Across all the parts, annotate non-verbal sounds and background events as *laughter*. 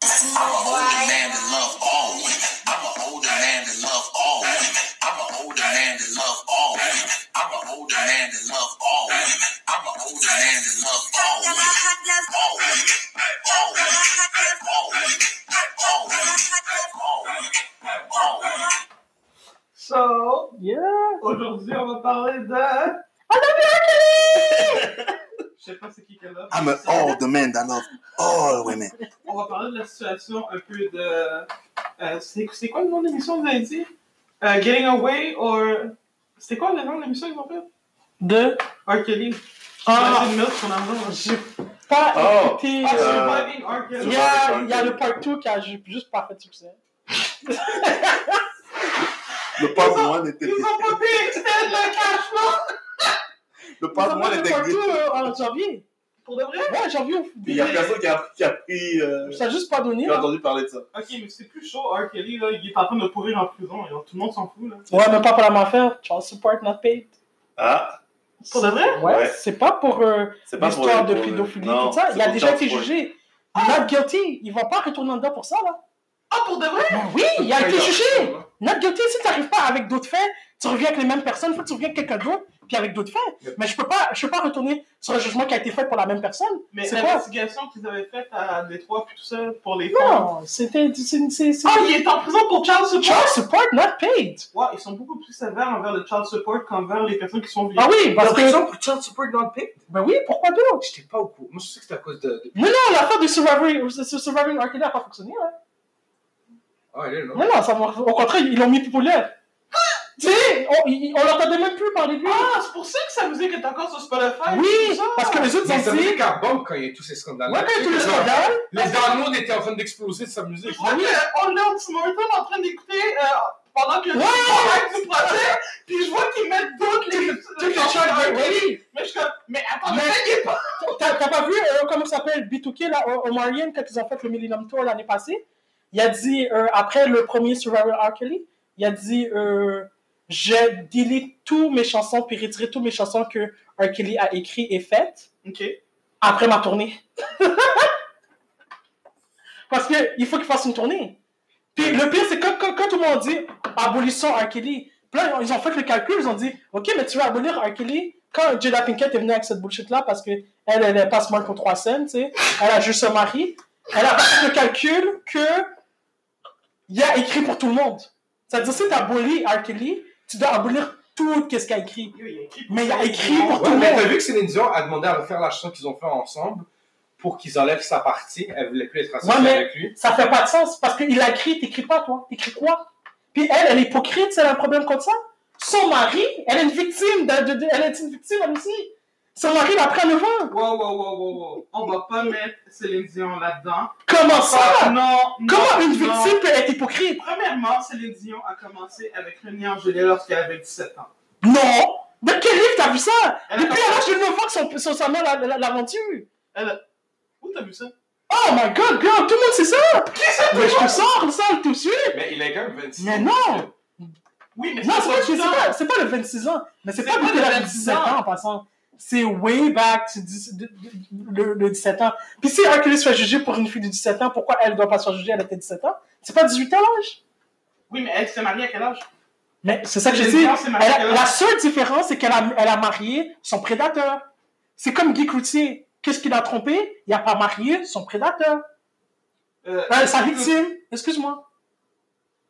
I'm an older man that love all women. I'm an older man that love all women. I'm an older man that love all women. I'm an older man that love all women. I'm an older man that love all women. All women. All women. All women. All women. All women. All women. So, Yeah. aujourd'hui, on va parler de. Je sais pas c'est qui qu'elle a. I'm an old man that love all women. On va parler de la situation un peu de. euh, c'est c'est quoi le nom de l'émission que vous avez dit Euh, Getting Away or. C'était quoi le nom de l'émission qu'ils ont fait De. R. Kelly. Ah. C'est une minute qu'on en a. J'ai pas Oh. écouté. Ah, euh, Surviving R. Il Kelly. y Yeah. a, il y a le part 2 qui a ju- juste pas fait de succès. Le part one était, Ils ont pas pu extendre le cash flow le part Ils ont one fait était le part 2 gratuit. en janvier. Pour de vrai Ouais, janvier, on Il y a personne qui a, qui a pris, euh, Ça a juste pas donné. qui a là. entendu parler de ça. Ok, mais c'est plus chaud, R. Kelly, là, il est en train de pourrir en prison, et alors tout le monde s'en fout, là. Ouais, même pas pour la même affaire. Child support not paid. Ah, Pour de vrai Ouais, Ouais. c'est pas pour euh, c'est pas pour l'histoire de pour- pédophilie, non, tout ça. c'est Il a pour déjà été Charles Ford. jugé. Not guilty. Ils vont pas retourner en dedans pour ça, là. Ah, pour de vrai Oui, il a été jugé. Not guilty, si t'arrives pas avec d'autres faits, tu reviens avec les mêmes personnes, faut que tu reviens avec quelqu'un d'autre, puis avec d'autres faits. Yep. Mais je peux pas, je peux pas retourner sur un jugement qui a été fait pour la même personne. Mais C'est quoi l'investigation qu'ils avaient faite à Détroit, puis tout ça, pour les femmes. Non, Oh, c'était, c'est, c'est, c'est- Ah, il est en prison pour child support Child support not paid. Ouais, ils sont beaucoup plus sévères envers le child support qu'envers les personnes qui sont violées. Ah oui, parce La que, raison pour Child Support non paid, ben oui, pourquoi d'autre j'étais pas au courant. Moi, je sais que c'était à cause de. de- Mais non, l'affaire de Surviving, de Surviving Arcade a pas fonctionné, hein. Ah, elle est là. Ah! Mais non, ça, va- au contraire, ils l'ont mis populaire. tu sais, on, ils- on l'entendait même plus parler de lui. Ah, c'est pour ça que sa musique est encore sur Spotify oui, Ah, c'est ça. parce que les autres Mais ont ça veut dit, dire qu'à Bombe, quand il y a eu tous ces scandales. ouais, quand il y a eu le scandale, Les downloads étaient en train d'exploser de sa musique. Ah Je vois que on est Tim Hortons en train d'écouter euh, pendant que je Ouais. parle du projet, puis je vois qu'ils mettent d'autres les... tout les le monde chansons. oui. Mais je suis comme, mais attends, Mais- mais il est pas... T'as t'as pas vu, euh, comment ça s'appelle, B2K, là, au- au Marion, quand ils ont fait le Millennium Tour l'année passée? Il a dit, euh, après le premier Survivor R. Kelly, il a dit, euh, j'ai delete toutes mes chansons, puis retiré toutes mes chansons que R. Kelly a écrites et faites Ok. après ma tournée. *laughs* Parce qu'il faut qu'il fasse une tournée. Puis le pire, c'est quand, quand, quand tout le monde dit abolissons R. Kelly, puis là, ils ont fait le calcul, ils ont dit ok, mais tu veux abolir R. Kelly quand Jada Pinkett est venue avec cette bullshit-là parce qu'elle, elle, elle passe moins que trois scènes, tu sais, elle a juste un mari, elle a fait le calcul que il y a écrit pour tout le monde. C'est-à-dire, si tu abolis R. Kelly, tu dois abolir tout ce qu'il a écrit. Yo, il a écrit Mais il a écrit pour tout Ouais, le mais t'as monde. vu que Céline Dion a demandé à refaire la chanson qu'ils ont fait ensemble pour qu'ils enlèvent sa partie. Elle voulait plus être associée Ouais, mais- avec lui. Ça fait pas de sens parce qu'il a écrit, t'écris pas toi, t'écris quoi Puis elle, elle est hypocrite, elle a un problème comme ça. Son mari, elle est une victime, de- de- de- elle est une victime elle aussi. Son mari l'a pris à 9 ans. Wow, wow, wow, wow, wow. On va pas mettre Céline Dion là-dedans. Comment ça Ah, Non, non, Comment une non. victime peut être hypocrite Premièrement, Céline Dion a commencé avec René Angelé lorsqu'elle avait 17 ans. Non De quel livre t'as vu ça Elle a Depuis commencé- à l'âge de 9 ans que son, son, sa mère l'a- l'a- l'a vendu. Où t'as vu ça? Oh my god, girl, tout le monde sait ça Mais je te sors ça tout de suite Mais il a quand même 26 Mais non Oui, mais Non, c'est pas, du c'est pas, c'est pas le 26 ans. Mais c'est C'est pas pas depuis le l'âge de 26 17 ans en passant. C'est way back to dix- de- de- le, le 17 ans. Puis si Hercules se fait juger pour une fille de 17 ans, pourquoi elle doit pas se faire juger Elle était 17 ans. C'est pas 18 ans l'âge. Oui, mais elle s'est mariée à quel âge? Mais c'est ça que j'ai Céline dit. Dion s'est mariée à Elle quel a- âge? la seule différence, c'est qu'elle a, elle a marié son prédateur. C'est comme Guy Cloutier. Qu'est-ce qu'il a trompé Il a pas marié son prédateur. Euh, Euh, sa victime. Excuse-moi.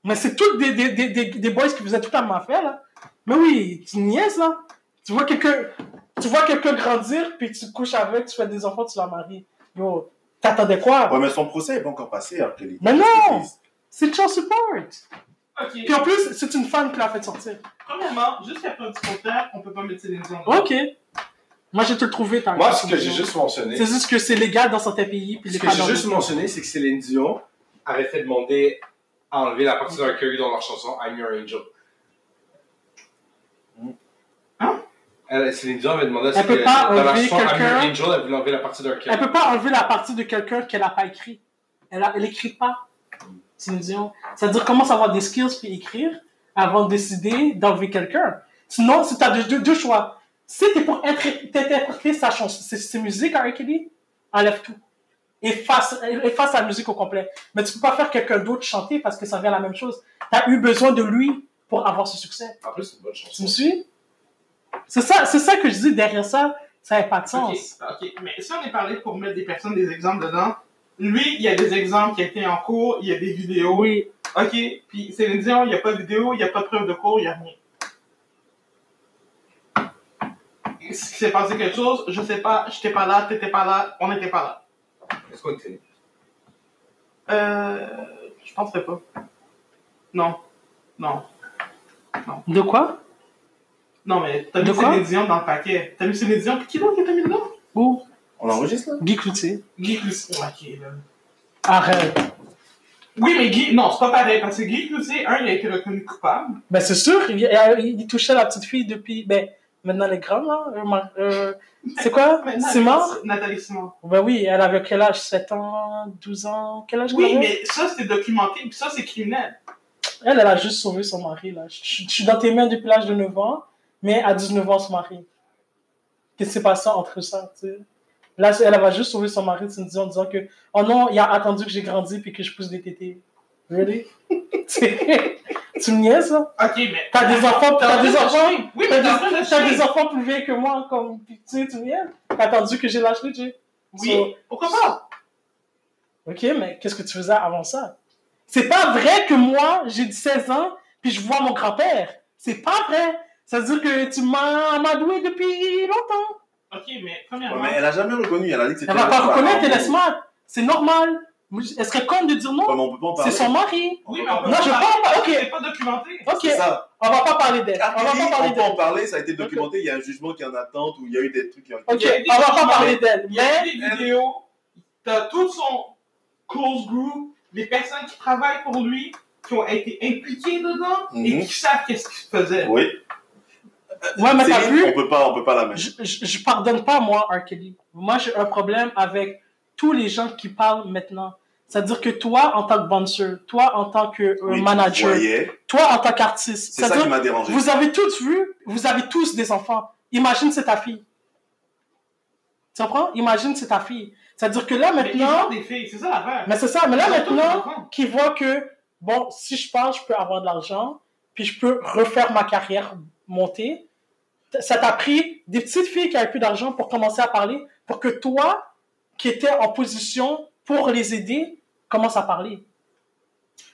Mais c'est toutes des, des, des, des, des boys qui faisaient tout à ma fait, là. Mais oui, tu niaises, là. Tu vois quelqu'un, tu vois quelqu'un grandir, puis tu couches avec, tu fais des enfants, tu la maries. Yo, t'attendais quoi? Ouais, mais son procès est pas encore passé, hein, R. Kelly. Mais non C'est child support. Ok. Puis en plus, c'est une femme qui l'a fait sortir. Premièrement, jusqu'à preuve du contraire, on peut pas mettre Céline Dion. Ok. Moi, j'ai tout trouvé, t'as Moi, ce que j'ai juste mentionné, C'est juste que c'est légal dans certains pays, puis ce les que femmes j'ai dans juste mentionné, c'est que Céline Dion avait fait demander à enlever la partie d'un curry dans leur chanson I'm Your Angel. Hein? Elle, Céline Dion avait demandé à Elle peut Céline- pas dans la enlever chanson I'm Your quelqu'un- Angel, elle voulait enlever la partie d'un curry. Elle peut pas enlever la partie de quelqu'un qu'elle a pas écrit. Elle, a, elle écrit pas. C'est une vision. C'est-à-dire, commence à avoir des skills puis écrire avant de décider d'enlever quelqu'un. Sinon, si t'as deux, deux, deux choix. Si t'es pour intré- t'interpréter sa chanson, ses, ses musiques à R. Kelly, enlève tout. efface, efface la musique au complet. Mais tu peux pas faire quelqu'un d'autre chanter parce que ça revient à la même chose. Tu as eu besoin de lui pour avoir ce succès. En plus, c'est une bonne chanson. Tu me suis? C'est ça, c'est ça que je dis derrière ça, ça n'a pas de sens. Ok, ok, mais si on est parlé pour mettre des personnes, des exemples dedans, lui, il y a des exemples qui étaient en cours, il y a des vidéos. Oui, Ok, puis Céline Dion, il n'y a pas de vidéo, il n'y a pas de preuve de cours, il n'y a rien. Est-ce qu'il s'est passé quelque chose? Je sais pas, j'étais pas là, t'étais pas là, on n'était pas là. Est-ce qu'on était Euh. Je penserais pas. Non. Non. de quoi? Non, mais t'as De mis quoi? Céline Dion dans le paquet. T'as mis Céline Dion, puis qui d'autre que t'as mis dedans? Où? On enregistre là Guy Cloutier. Guy Cloutier. Ok, là. Arrête. Oui, mais Guy, non, c'est pas pareil, parce que Guy Cloutier, un, il a été reconnu coupable. Ben, c'est sûr, il, il- il touchait la petite fille depuis. Ben, maintenant elle est grande, là. euh, ma- euh, c'est quoi *laughs* Maintenant, C'est mort Nathalie Simard. Ben oui, elle avait quel âge 7 ans 12 ans Quel âge Oui, qu'elle avait mais ça, c'est documenté, puis ça, c'est criminel. Elle, elle a juste sauvé son mari, là. Je, je- je suis dans tes mains depuis l'âge de 9 ans, mais à 19 ans, son mari. Qu'est-ce qui s'est passé entre ça, tu sais Là, elle elle va juste sauver son mari tu me dis, en disant que, oh non, il a attendu que j'ai grandi puis que je pousse des tétés. Really *laughs* Tu sais, tu me niaises, là Ok, mais. T'as des enfants, t'as des enfants Oui, mais T'as des, t'as pas t'as des lâché. enfants plus vieux que moi, comme puis tu sais, tu viens. T'as attendu que j'ai lâché, tu sais. Oui, pourquoi pas? Ok, mais qu'est-ce que tu faisais avant ça C'est pas vrai que moi, j'ai 16 ans, puis je vois mon grand-père. C'est pas vrai. Ça veut dire que tu m'as amadoué depuis longtemps. Ok, mais Ouais, premièrement. mais elle a jamais reconnu, elle a dit que c'était. Elle va pas elle, reconnaître, elle est Ouais, smart. C'est normal. Moi, je- Elle serait con de dire non. mais on peut pas en C'est parler. son mari. On Oui, peut mais on pas peut Non, je parler parle parce pas. que Ok. C'est pas documenté. Ok, C'est ça. on va pas parler d'elle. On va pas Archéry, parler on peut en d'elle. parler, ça a été documenté, il y a un jugement qui est en attente, ou il y a eu des trucs qui ont été. Ok, Il y a des on va pas documents, parler d'elle. Il y a Mais des vidéos, t'as tout son close group, les personnes qui travaillent pour lui, qui ont été impliquées dedans et Mhm. qui savent qu'est-ce qu'il faisait. Oui, ouais, mais t'as Céline, vu on peut pas, on peut pas la mettre. je, je je pardonne pas, moi, R. Kelly. Moi, j'ai un problème avec tous les gens qui parlent maintenant. C'est-à-dire que toi, en tant que bouncer, toi, en tant que euh, Oui, tu manager, voyais, toi, en tant qu'artiste, C'est ça qui c'est-à-dire m'a dérangé. vous avez tous vu, vous avez tous des enfants. Imagine, c'est ta fille. Tu comprends? Imagine, c'est ta fille. C'est-à-dire que là, Mais ils ont maintenant, des filles, c'est ça l'affaire. mais c'est ça, mais là, Ils ont tous des maintenant, enfants. qui voit que, bon, si je parle, je peux avoir de l'argent, puis je peux refaire ma carrière monter. T- Ça t'a pris des petites filles qui avaient plus d'argent pour commencer à parler, pour que toi, qui étais en position pour les aider, commence à parler.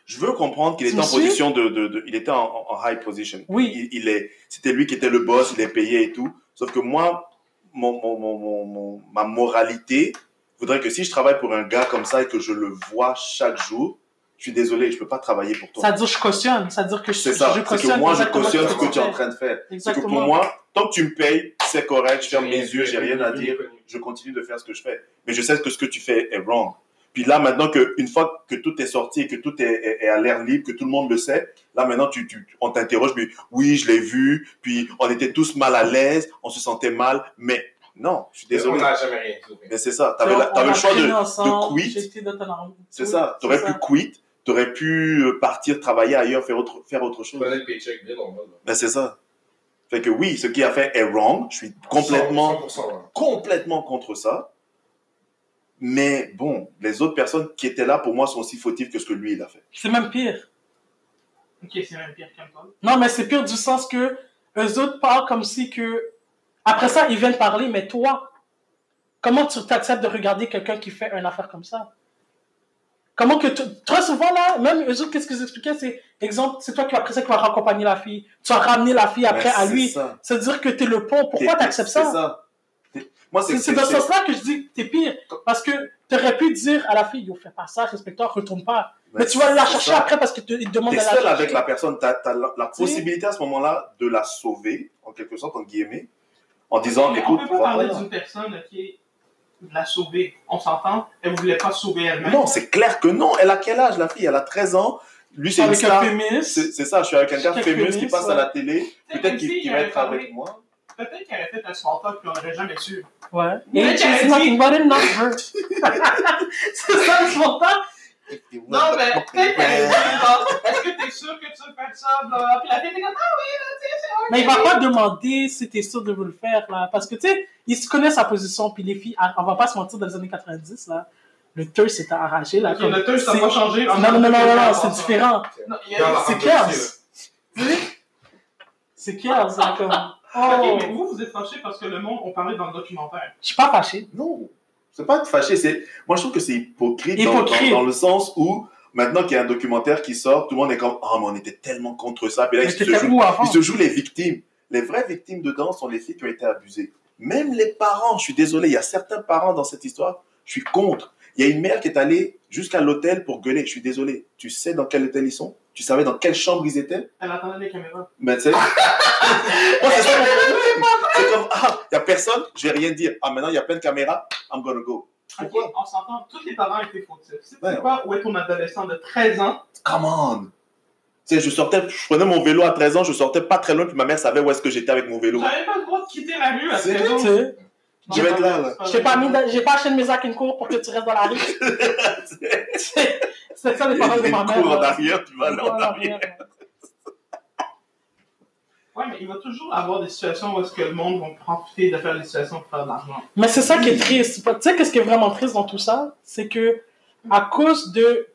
Je veux comprendre qu'il Tu était en me suis position de, de, de- il était en, en- en high position. Oui. Il, il est, c'était lui qui était le boss, il est payé et tout. Sauf que moi, mon, mon, mon, mon- mon- ma moralité voudrait que si je travaille pour un gars comme ça et que je le vois chaque jour, je suis désolé, je peux pas travailler pour toi. Ça veut dire je cautionne, ça veut dire que je, C'est ça. je C'est cautionne. que moi, je exactement cautionne ce tu que tu es en fais. train de faire. C'est que Exactement. pour moi, tant que tu me payes, c'est correct, je ferme J'ai mes rien- yeux, j'ai rien à dire connu. je continue de faire ce que je fais. Mais je sais que ce que tu fais est wrong. Puis là, maintenant que, une fois que tout est sorti et que tout est, est- est à l'air libre, que tout le monde le sait, là, maintenant, tu, tu- on t'interroge, mais oui, je l'ai vu, puis on était tous mal à l'aise, on se sentait mal, mais non, je suis On désolé. n'a jamais rien trouvé. Mais c'est ça, t'avais, la- On t'avais a le choix traîné de, ensemble, quit. j'étais dans ton arme. c'est Oui, ça, t'aurais c'est pu quit, t'aurais pu euh, partir, travailler ailleurs, faire autre, faire autre Je chose. connais le paycheck bill, on va. là. Mais c'est ça. Fait que oui, ce qu'il a fait est wrong, je suis complètement 100%, ouais. complètement contre ça. Mais bon, les autres personnes qui étaient là pour moi sont aussi fautives que ce que lui il a fait. C'est même pire. Ok, c'est même pire qu'un toi. Non, mais c'est pire du sens que eux autres parlent comme si que. Après ça, ils viennent parler, mais toi, comment tu t'acceptes de regarder quelqu'un qui fait une affaire comme ça Comment que. tu- Très souvent, là, même eux autres, qu'est-ce qu'ils expliquaient C'est, exemple, c'est toi qui après ça qui vas raccompagner la fille. Tu as ramené la fille après Mais à c'est lui. ça. C'est-à-dire que t'es le pont. Pourquoi T'es- t'acceptes C'est ça ça. T'es- Moi, C'est c'est c'est c'est- dans ce c'est- sens-là que je dis que t'es pire. Parce que t'aurais pu dire à la fille, yo, fais pas ça, respecte-toi, retourne pas. Mais tu vas la c'est chercher ça. après parce qu'il te il te demande T'es de la seul chercher. avec la personne. T'as t'as la, la Tu sais. possibilité à ce moment-là de la sauver, en quelque sorte, entre guillemets, en disant, on écoute, peut pas parler voilà. d'une personne qui l'a sauvée. On s'entend, elle voulait pas sauver elle-même. Non, c'est clair que non. Elle a quel âge, la fille Elle a 13 ans. Lui, c'est une Avec un star. Ah, féministe. C'est c'est ça, je suis avec un gars Quelqu'un féminin qui féministe, passe à ouais. la télé. C'est Peut-être comme qu'il s'il qu'il va avait être parlé. avec moi. Peut-être qu'elle avait fait un small talk puis on l'aurait jamais su. Ouais. Mais Et tu as it's dit- nothing but *laughs* a number. c'est ça le spontan. Non, mais peut-être qu'elle *laughs* avait dit, genre, est-ce que t'es sûr que tu veux faire ça? blablabla. Puis la fille était comme, ah oui, là, tu sais, c'est ok. Mais il va pas demander si t'es sûr de vous le faire, là. Parce que, tu sais, il se connaît sa position, puis les filles, ah, on va pas se mentir, dans les années 90, là. Le thirst est enragé, là. Ok, comme- le thirst, ça c'est- n'a pas changé. Non, non, non, non, non, non, c'est différent. Non, il y Dans a- la C'est fantaisie, clair. là. C'est clair, ça, comme. Ok, Oh. mais vous, vous êtes fâché parce que le monde, on parlait dans le documentaire. Je suis pas fâché. Non, c'est pas être fâché. C'est... Moi, je trouve que c'est hypocrite, dans- Hypocrite. Dans, dans le sens où, maintenant qu'il y a un documentaire qui sort, tout le monde est comme Ah, mais on était tellement contre ça. Puis là, Mais ils se, t'étais jouent, où avant? ils se jouent les victimes. Les vraies victimes dedans sont les filles qui ont été abusées. Même les parents, je suis désolé, il y a certains parents dans cette histoire, je suis contre. Il y a une mère qui est allée jusqu'à l'hôtel pour gueuler. Je suis désolé. Tu sais dans quel hôtel ils sont Tu savais dans quelle chambre ils étaient Elle attendait les caméras. mais *laughs* tu sais, moi, c'est ça mon problème. C'est comme, ah, il n'y a personne, je vais rien dire. Ah, maintenant, il y a plein de caméras, I'm gonna go. Ok, Pourquoi on s'entend, tous les parents étaient fautifs. C'est Ouais. quoi où est ton adolescent de 13 ans Come on. Tu sais, je sortais, je prenais mon vélo à 13 ans, je sortais pas très loin, puis ma mère savait où est-ce que j'étais avec mon vélo. J'avais pas le droit de quitter la rue à C'est 13 ans. Tu sais, Je vais être là, là. J'ai pas mis, dans- j'ai pas acheté de mes sacs une cour pour que tu restes dans la rue. *laughs* C'est c'est ça les Il y a paroles de une ma cour en mère. arrière, tu vas aller en arrière. Ouais, mais il va toujours avoir des situations où est-ce que le monde va profiter de faire des situations pour faire de l'argent. Mais c'est ça qui est triste. Tu sais, qu'est-ce qui est vraiment triste dans tout ça? C'est que, à cause de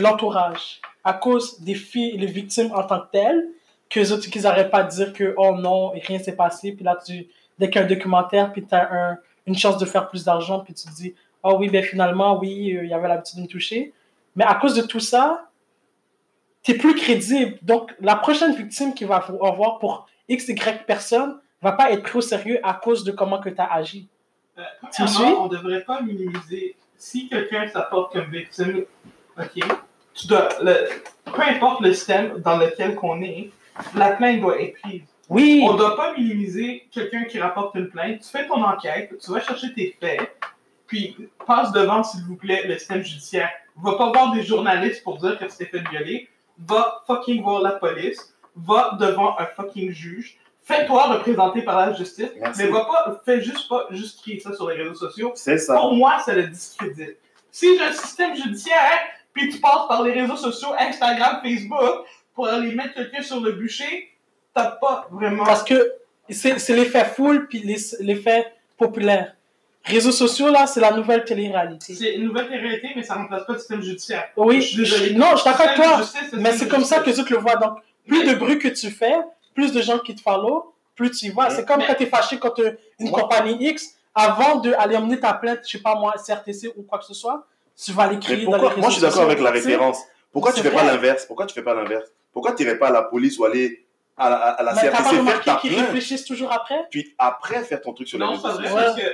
l'entourage, à cause des filles, les victimes en tant que telles, qu'eux autres, qu'ils n'arrêtent pas de dire que, oh non, et rien s'est passé, puis là, tu, dès qu'il y a un documentaire, puis t'as un, une chance de faire plus d'argent, puis tu te dis, oh oui, ben finalement, oui, euh, il y avait l'habitude de me toucher. Mais à cause de tout ça, t'es plus crédible. Donc, la prochaine victime qu'il va avoir pour X, Y personne va pas être pris au sérieux à cause de comment que t'as agi. Euh, Tu me suis? premièrement, on devrait pas minimiser. Si quelqu'un s'apporte comme victime, ok, tu dois, le- peu importe le système dans lequel qu'on est, la plainte doit être prise. Oui, On ne doit pas minimiser quelqu'un qui rapporte une plainte. Tu fais ton enquête, tu vas chercher tes faits, puis passe devant, s'il vous plaît, le système judiciaire. Va pas voir des journalistes pour dire que tu t'es fait violer. Va fucking voir la police. Va devant un fucking juge. Fais-toi représenter par la justice. Merci. Mais va pas, fais juste pas, juste crier ça sur les réseaux sociaux. C'est ça. Pour moi, c'est le discrédit. Si j'ai un système judiciaire, hein, puis tu passes par les réseaux sociaux, Instagram, Facebook, pour aller mettre quelqu'un sur le bûcher, t'as pas vraiment. parce que c'est c'est l'effet foule puis les- l'effet populaire. Réseaux sociaux, là, c'est la nouvelle télé-réalité. C'est une nouvelle réalité, mais ça remplace pas le système judiciaire. Oui, Je suis désolé. non, je suis d'accord avec Le système toi, judiciaire, le mais système c'est comme ça que judiciaire. les autres le voient. Donc, plus de bruit que tu fais, plus de gens qui te follow, plus tu y vas. C'est comme Mais- quand t'es fâché contre une Ouais. compagnie X, avant d'aller emmener ta plainte, je sais pas moi, CRTC ou quoi que ce soit, tu vas aller Mais crier dans les pourquoi réseaux Moi, je suis d'accord sociaux. avec la Tu sais, référence. Pourquoi tu C'est fais pas vrai. l'inverse Pourquoi tu fais pas l'inverse Pourquoi tu n'irais pas à la police ou aller à la, à la Mais t'as pas CRTC faire remarqué ta qu'ils plainte, réfléchissent toujours après? puis après faire ton truc sur les Non, réseaux c'est vrai, sociaux parce que.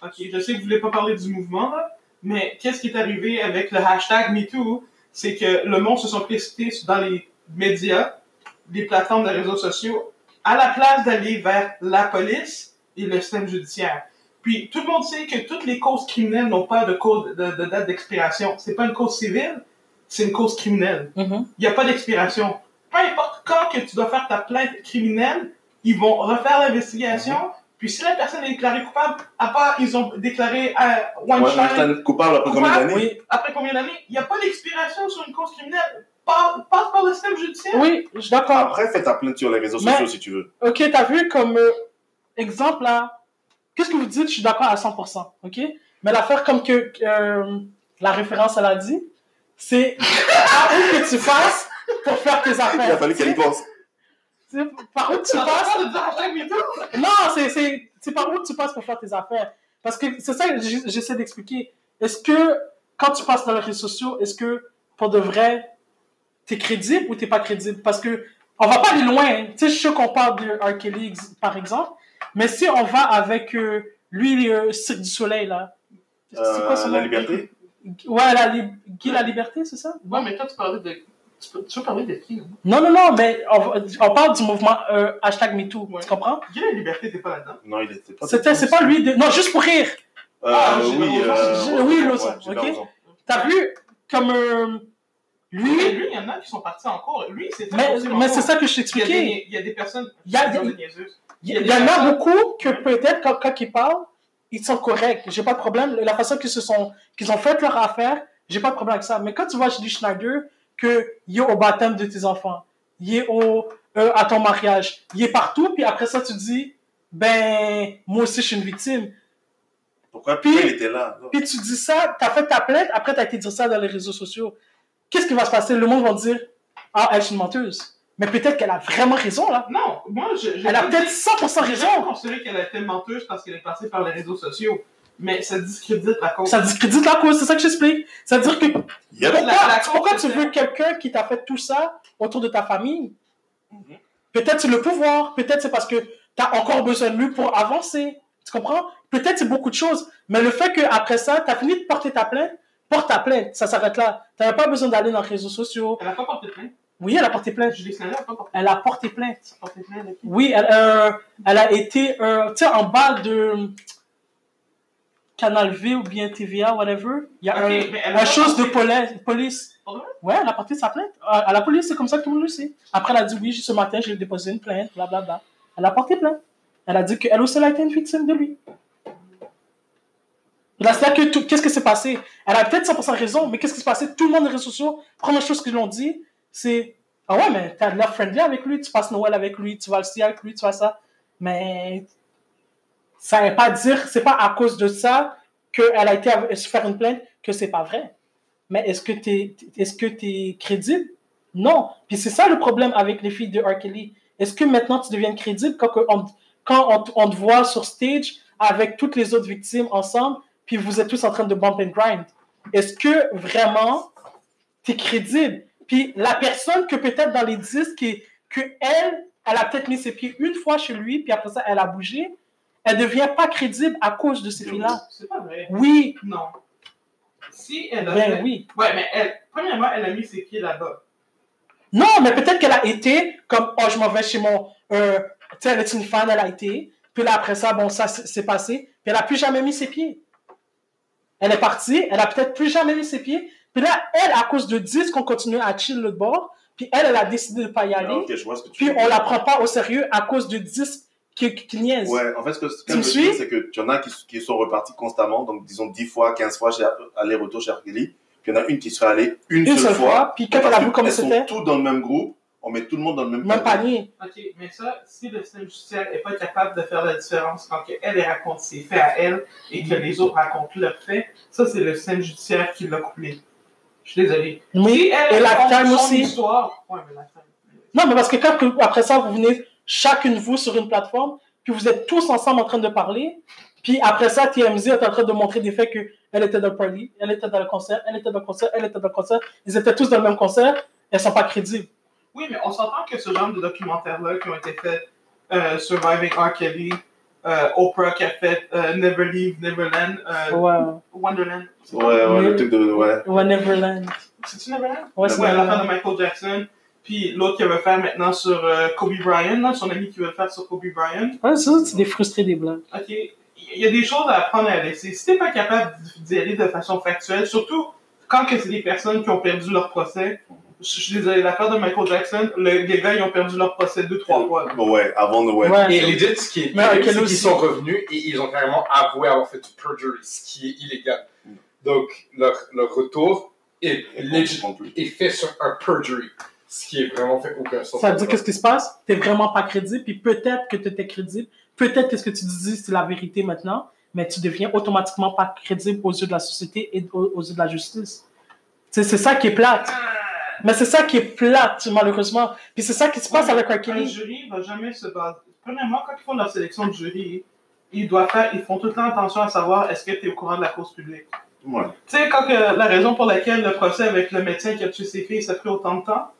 Ok, je sais que vous voulez pas parler du mouvement, là, mais qu'est-ce qui est arrivé avec le hashtag MeToo? C'est que le monde se sont précipités dans les médias, les plateformes de réseaux sociaux, à la place d'aller vers la police et le système judiciaire. Puis tout le monde sait que toutes les causes criminelles n'ont pas de, cause, de, de date d'expiration. C'est pas une cause civile, c'est une cause criminelle. Mm-hmm. il n'y a pas d'expiration. Peu importe quand que tu dois faire ta plainte criminelle, ils vont refaire l'investigation. Mhm. Puis si la personne est déclarée coupable, à part ils ont déclaré à Ouais, one time, Einstein coupable après combien Coupable, d'années Oui, après combien d'années, il n'y a pas d'expiration sur une cause criminelle. Par- Passe par le système judiciaire. oui, je suis d'accord. Après, fais ta plainte sur les réseaux Mais- sociaux si tu veux. OK, t'as vu comme euh, exemple là. Qu'est-ce que vous dites? Je suis d'accord à 100%. OK? Mais l'affaire comme que euh, la référence, elle a dit, c'est par où que tu passes pour faire tes affaires. Il a fallu qu'elle y Ah, pense. Tu sais, Par où tu Ça passes va pas de dire hashtag MeToo. non, c'est- c'est c'est par où tu passes pour faire tes affaires. Parce que c'est ça que j- j'essaie d'expliquer. Est-ce que quand tu passes dans les réseaux sociaux, est-ce que pour de vrai, t'es crédible ou t'es pas crédible? Parce que on va pas aller loin. hein. Tu sais, je suis sûr qu'on parle de R. Kelly, ex- par exemple. Mais si on va avec euh, lui, euh, Cirque du Soleil, là. C'est quoi Euh, son la nom? liberté Ouais, la li- Guy la Liberté, c'est ça? Ouais, mais toi, tu parlais de. Tu, peux- tu veux parler de qui là? Non, non, non, mais on, va- on parle du mouvement euh, hashtag MeToo, Ouais. tu comprends? Guy la liberté, t'es pas là-dedans. Non, il était pas. C'était- C'est pas lui, de- non, juste pour rire. Euh, Ah, j'ai oui, pas euh, raison. Oui, Lozon, ouais, j'ai pas ok. raison. T'as vu comme euh, Mais lui, lui, il y en a qui sont partis en cours. Lui, c'est mais, mais c'est ça que je Il y, a t'expliquais. des, il y a des personnes. Il y a- il y a- des niaiseuses. Il y en a beaucoup que peut-être quand, quand ils parlent, ils sont corrects. J'ai pas de problème. La façon qu'ils se sont, qu'ils ont fait leur affaire, j'ai pas de problème avec ça. Mais quand tu vois Julie Schneider, que il est au baptême de tes enfants, il est au euh, à ton mariage, il est partout, puis après ça tu dis, ben moi aussi je suis une victime. Pourquoi, Puis- pourquoi il était là Non. Puis tu dis ça, t'as fait ta plainte, après t'as été dire ça dans les réseaux sociaux. Qu'est-ce qui va se passer? Le monde va dire Ah, elle, c'est une menteuse. Mais peut-être qu'elle a vraiment raison, là. Non, moi, je. je- Elle a peut-être 100% J'ai jamais raison. considéré qu'elle était menteuse parce qu'elle est passée par les réseaux sociaux. Mais ça discrédite la cause. Ça discrédite la cause, c'est ça que j'explique. C'est-à-dire que Yep. La- la pourquoi, cause, pourquoi tu c'est- veux quelqu'un qui t'a fait tout ça autour de ta famille? Mm-hmm. Peut-être c'est le pouvoir, peut-être c'est parce que t'as encore besoin de lui pour avancer. Tu comprends? Peut-être c'est beaucoup de choses. Mais le fait qu'après ça, t'as fini de porter ta plainte, porte ta plainte, ça s'arrête là. T'as pas besoin d'aller dans les réseaux sociaux. Elle n'a pas porté plainte. Oui, elle a porté plainte. Julie Snyder n'a pas porté Elle a porté plainte. porté plainte. ok. Oui, elle, euh, elle a été euh, tu sais, en bas de Canal V ou bien TVA, whatever. Il y a Ok, un- mais elle a un pas chose de porté- poli- police. Pour de vrai? Ouais, elle a porté sa plainte. Ah, À, à la police, c'est comme ça que tout le monde le sait. Après, elle a dit oui, ce matin, j'ai déposé une plainte, blablabla. Elle a porté plainte. Elle a dit qu'elle aussi, elle a été une victime de lui. Là, c'est-à-dire que tout- qu'est-ce qui s'est passé Elle a peut-être 100% raison, mais qu'est-ce qui s'est passé Tout le monde des réseaux sociaux, première chose qu'ils l'ont dit, c'est Ah ouais, mais t'as de l'air friendly avec lui, tu passes Noël avec lui, tu vas le ciel avec lui, tu vas ça. Mais ça veut pas dire, c'est pas à cause de ça qu'elle a été à- se faire une plainte que c'est pas vrai. Mais est-ce que t'es est-ce que t'es crédible Non. Puis c'est ça le problème avec les filles de R. Kelly. Est-ce que maintenant tu deviens crédible quand, que on, quand on, te- on te voit sur stage avec toutes les autres victimes ensemble, puis vous êtes tous en train de bump and grind Est-ce que vraiment t'es crédible Puis la personne que peut-être dans les 10 qui que elle, elle a peut-être mis ses pieds une fois chez lui, puis après ça elle a bougé, elle devient pas crédible à cause de ces De filles-là. C'est pas vrai. Oui, Non. Si elle a. ben oui. Ouais, mais elle. Premièrement, elle a mis ses pieds là-bas. Non, mais peut-être qu'elle a été comme oh je m'en vais chez mon euh, tu sais elle est une fan, elle a été. Puis là après ça bon ça c'est c'est passé. Puis elle a plus jamais mis ses pieds. Elle est partie, elle a peut-être plus jamais mis ses pieds. Puis là elle à cause de 10 qu'on continue à chill le bord. Puis elle elle a décidé de pas y aller. Ah, ok, je vois ce que tu Puis veux on dire. la prend pas au sérieux à cause de 10 qui, qui, qui niaisent. Ouais, en fait, ce que, ce que Tu me je veux dire, suis c'est que tu en as qui, qui sont repartis constamment, donc disons 10 fois, 15 fois chez- aller-retour chez Arkeli. Puis il y en a une qui serait allée une, Une seule fois, puis quand Parce elle a que vu comment elles sont euh, c'était, toutes dans le même groupe, on met tout le monde dans le même, même panier. panier. Ok, mais ça, si le système judiciaire n'est pas capable de faire la différence quand que elle elle raconte ses faits à elle et que les autres racontent leurs faits, ça, c'est le système judiciaire qui l'a coupé. Je suis désolé. Oui, Si elle et raconte Lifetime son aussi. histoire. Ouais, mais Lifetime. Non, mais parce que quand que- après ça, vous venez chacune vous sur une plateforme, puis vous êtes tous ensemble en train de parler, puis après ça, TMZ est en train de montrer des faits que elle était dans le party, elle était dans le concert, elle était dans le concert, elle était dans le concert, ils étaient tous dans le même concert, elles sont pas crédibles. Oui, mais on s'entend que ce genre de documentaires-là qui ont été faits, euh, Surviving R. Kelly, euh, Oprah qui a fait euh, Never Leave Neverland, euh, Wow. Wonderland. C'est Ouais, ouais, Mais- le truc de. Ouais. Ouais, Neverland. C'est-tu Neverland? Ouais, c'est Ouais, l'affaire Neverland. de Michael Jackson. Puis l'autre qui veut faire maintenant sur euh, Kobe Bryant, là, son ami qui veut faire sur Kobe Bryant. Ouais, ça, c'est des frustrés des blancs. OK, il y a des choses à apprendre et à laisser. Si t'es pas capable d'y aller de façon factuelle, surtout quand que c'est des personnes qui ont perdu leur procès, je je suis désolé, l'affaire de Michael Jackson, le- les gars, ils ont perdu leur procès deux, Euh, trois fois. là. Ouais, avant Noël. Et Ouais. legit, ce qui est Mais terrible, quel c'est aussi. qu'ils sont revenus et ils ont carrément avoué avoir fait du perjury, ce qui est illégal. Donc, leur, leur retour est, On legit- comprend plus. est fait sur un perjury, ce qui est vraiment fait aucun sens. Ça veut dire qu'est-ce qui se passe? T'es vraiment pas crédible, puis peut-être que t'étais crédible, peut-être que ce que tu dis c'est la vérité maintenant, mais tu deviens automatiquement pas crédible aux yeux de la société et aux, aux yeux de la justice. Tu sais, c'est ça qui est plate. Mais c'est ça qui est plate, malheureusement. Puis c'est ça qui se passe avec R. Un Kelly. jury va jamais se baser. Premièrement, quand ils font leur sélection de jury, ils doivent faire, ils font toute l'attention à savoir est-ce que tu es au courant de la cause publique. Ouais. Tu sais, quand que la raison pour laquelle le procès avec le médecin qui a tué ses filles, ça a pris autant de temps,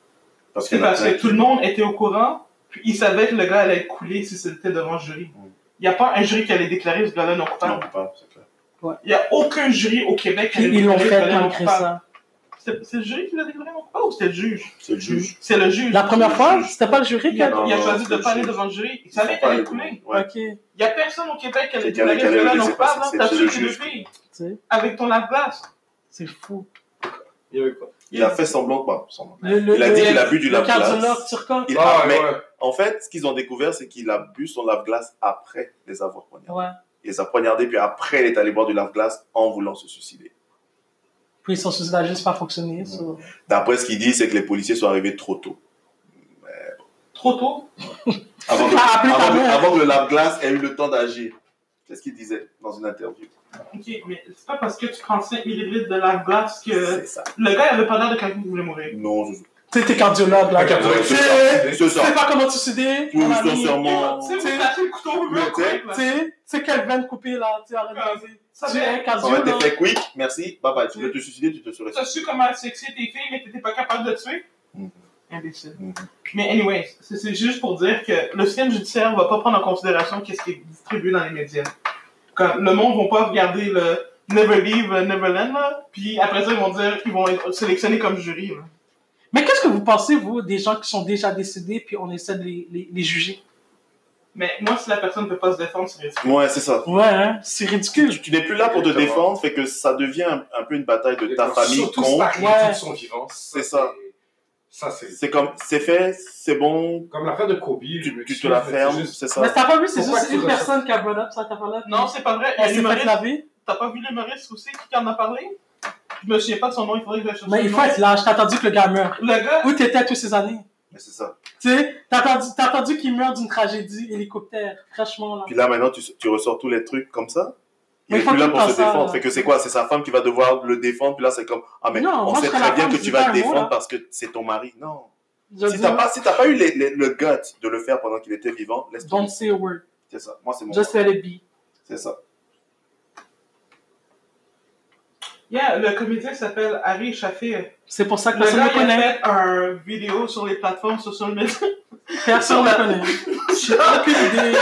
Parce c'est qu'il y en a parce plein que qui- tout le monde était au courant, puis ils savaient que le gars allait être coulé si c'était devant le jury. Mm. Il n'y a pas un jury qui allait déclarer ce gars-là non Non, coupable. pas, c'est clair. Il n'y a aucun jury au Québec qui Puis allait ils l'ont déclarer ce fait gars-là non malgré coupable. ça. C'est c'est le jury qui l'a déclaré non coupable ou c'était le juge? C'est le juge. C'est le juge. La première fois, c'était pas le jury qui il a, a... Non, il a non, choisi c'est de le pas aller juge. devant le jury. Il Ils sont savait pas qu'elle allait allés couler. au bout. Ouais. Ok, tu Il n'y a personne au Québec qui a C'est déclaré qu'elle- qu'elle que là, avait non, laissé pas passer, avant, c'est t'as chez tué le tes deux juge. filles sais, avec ton lave-glace. c'est fou. Il y avait quoi Il a fait semblant. Bah, semblant. Le, le, Il a le- dit qu'il a bu du le lave-glace. cardiologue turcot. Il Ah, a- mais ouais. en fait, ce qu'ils ont découvert, c'est qu'il a bu son lave-glace après les avoir poignardés. Ouais. Il les a poignardés, puis après, il est allé boire du lave-glace en voulant se suicider. Puis son suicide a juste pas fonctionné. so- D'après ce qu'il dit, c'est que les policiers sont arrivés trop tôt. Trop tôt. Avant que, Ah, appelez ta avant que- mère. avant que le lave-glace ait eu le temps d'agir. Qu'est-ce qu'il disait dans une interview Ok, mais c'est pas parce que tu prends 5 millilitres de la glace que. C'est ça. Le gars, il avait pas l'air de quelqu'un qui voulait mourir. Non, je Tu sais, t'es cardiologue, là. Un cardiologue. Ouais, Tu ce sais, soir. Ce tu soir. sais pas comment tu suder. Oui, mon ils sont ami. sûrement. Tu sais, vous placez le couteau au Mais mur, tu sais, quick, Tu là. sais, tu sais quelle veine coupée, là. Tu sais, arrête de dire. Ah, Ça Tu es un fait. Ça va cardiologue. être fait quick, merci, bye bye. Tu veux te suicider, tu te suicides. T'as su comment sexy tes filles, mais t'étais pas capable de tuer? Mhm. Imbécile. Mhm. Mais anyway, c'est c'est juste pour dire que le système judiciaire va pas prendre en considération qu'est-ce qui est distribué dans les médias. Comme le monde vont pas regarder le Never Leave euh, Neverland, là, puis après ça, ils vont dire qu'ils vont être sélectionnés comme jury. Là. Mais qu'est-ce que vous pensez, vous, des gens qui sont déjà décédés, puis on essaie de les, les, les juger? Mais moi, si la personne peut pas se défendre, c'est risqué. Ouais, c'est ça. Ouais, hein? C'est ridicule. Tu, tu n'es plus là pour te Exactement. défendre, fait que ça devient un, un peu une bataille de Et ta donc, famille surtout, contre. c'est Ouais. Ils sont vivants. C'est ça. Ça, c'est. C'est comme, c'est fait, c'est bon, Comme l'affaire de Kobe. je tu, tu m'excuse, te la mais c'est fermes, juste- c'est Mais ça. t'as pas vu, c'est Pourquoi juste tu une ressors- personne qui a brought up, ça, t'as pas là? Non, c'est pas vrai. elle s'est fait L'humoriste- laver. T'as pas vu l'humoriste aussi qui en a parlé? Je me souviens pas de son nom, il faudrait que je le cherche. Mais le il faut nom. être lâche. T'as attendu que le gars meure. Le gars, Où t'étais toutes ces années? Mais c'est ça. Tu sais, t'as attendu, t'as attendu qu'il meure d'une tragédie hélicoptère, franchement, là. Puis là, maintenant, tu, tu ressors tous les trucs comme ça. Il Mais n'est faut plus là tout pour le se temps ça, défendre. là. Fait que c'est quoi C'est sa femme qui va devoir le défendre. Puis là, c'est comme Ah, mais Non, on moi, je sait serais très la bien femme, que je tu dis vas pas le un mot, défendre là. parce que c'est ton mari. Non. Je Si dis, t'as pas, si t'as pas eu les- les- le gut de le faire pendant qu'il était vivant, laisse tomber. Don't say a word. C'est ça. Moi, c'est mon. Just let it be. C'est ça. yeah, le comédien s'appelle Harry Shafir. C'est pour ça que Le gars, personne ne il a connaît. fait un vidéo sur les plateformes sociales media. Personne ne la- *laughs* connaît. J'ai aucune idée.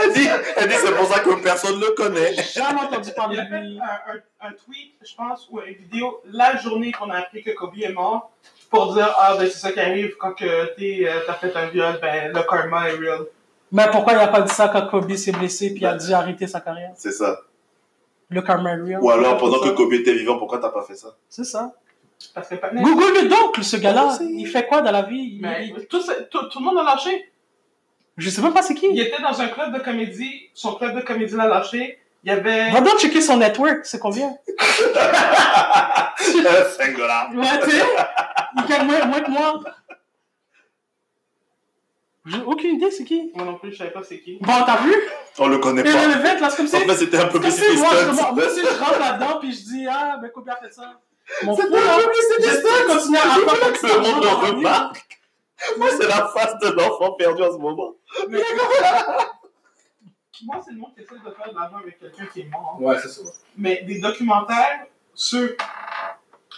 Elle dit, elle dit c'est pour ça que personne ne le connaît. J'ai jamais *laughs* entendu Il parler a de fait lui. un, un- un tweet, je pense, ou une vidéo la journée qu'on a appris que Kobe est mort pour dire Ah, ben c'est ça qui arrive quand que t'es, euh, t'as fait un viol, ben le karma est real. Mais pourquoi il n'a pas dit ça quand Kobe s'est blessé puis il a dû arrêter sa carrière? C'est ça. Le Carmarion. Ou alors, pendant que Kobe était vivant, pourquoi t'as pas fait ça C'est ça. Parce que maintenant. Google-le donc, ce gars-là. Il fait quoi dans la vie? Il- Mais il- tout, ça- tout- tout le monde l'a lâché. Je sais même pas c'est Il qui. était dans un club de comédie, son club de comédie l'a lâché. Il y avait. Va donc checker son network, c'est combien? 5 dollars. Ouais, tu sais, il gagne moins, moins que moi. J'ai aucune idée c'est qui. Moi non plus, je savais pas c'est qui. Bon, t'as vu? On le connaît Et pas. le mec, là, c'est comme si... En fait, c'était un c'est comme publicité si moi, je, stunt. moi aussi, je rentre là-dedans puis je dis, ah, ben, Kobe a fait ça. Mon fou, là, j'espère continuer *laughs* à Je veux attendre que *laughs* le monde en remarque. Moi, c'est la face de l'enfant perdu en ce moment. Moi, c'est le monde qui essaie de faire de l'argent avec quelqu'un qui est mort. Ouais, ça, c'est vrai. mais des documentaires sur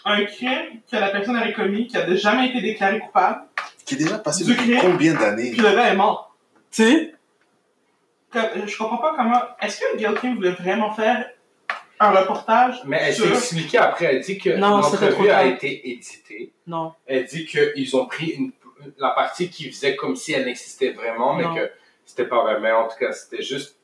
un crime que la personne avait commis, qui n'a jamais été déclaré coupable, Qui est déjà passé Du depuis cri. combien d'années puis le gars est mort. Tu sais, Comme, je comprends pas comment. Est-ce que Gail King voulait vraiment faire un reportage Mais elle s'est Sûr. expliquée après. Elle dit que Non, c'était trop l'entrevue tard. a été éditée. non. Elle dit qu'ils ont pris une- la partie qui faisait comme si elle existait vraiment, mais Non. que c'était pas vrai. Mais en tout cas, c'était juste.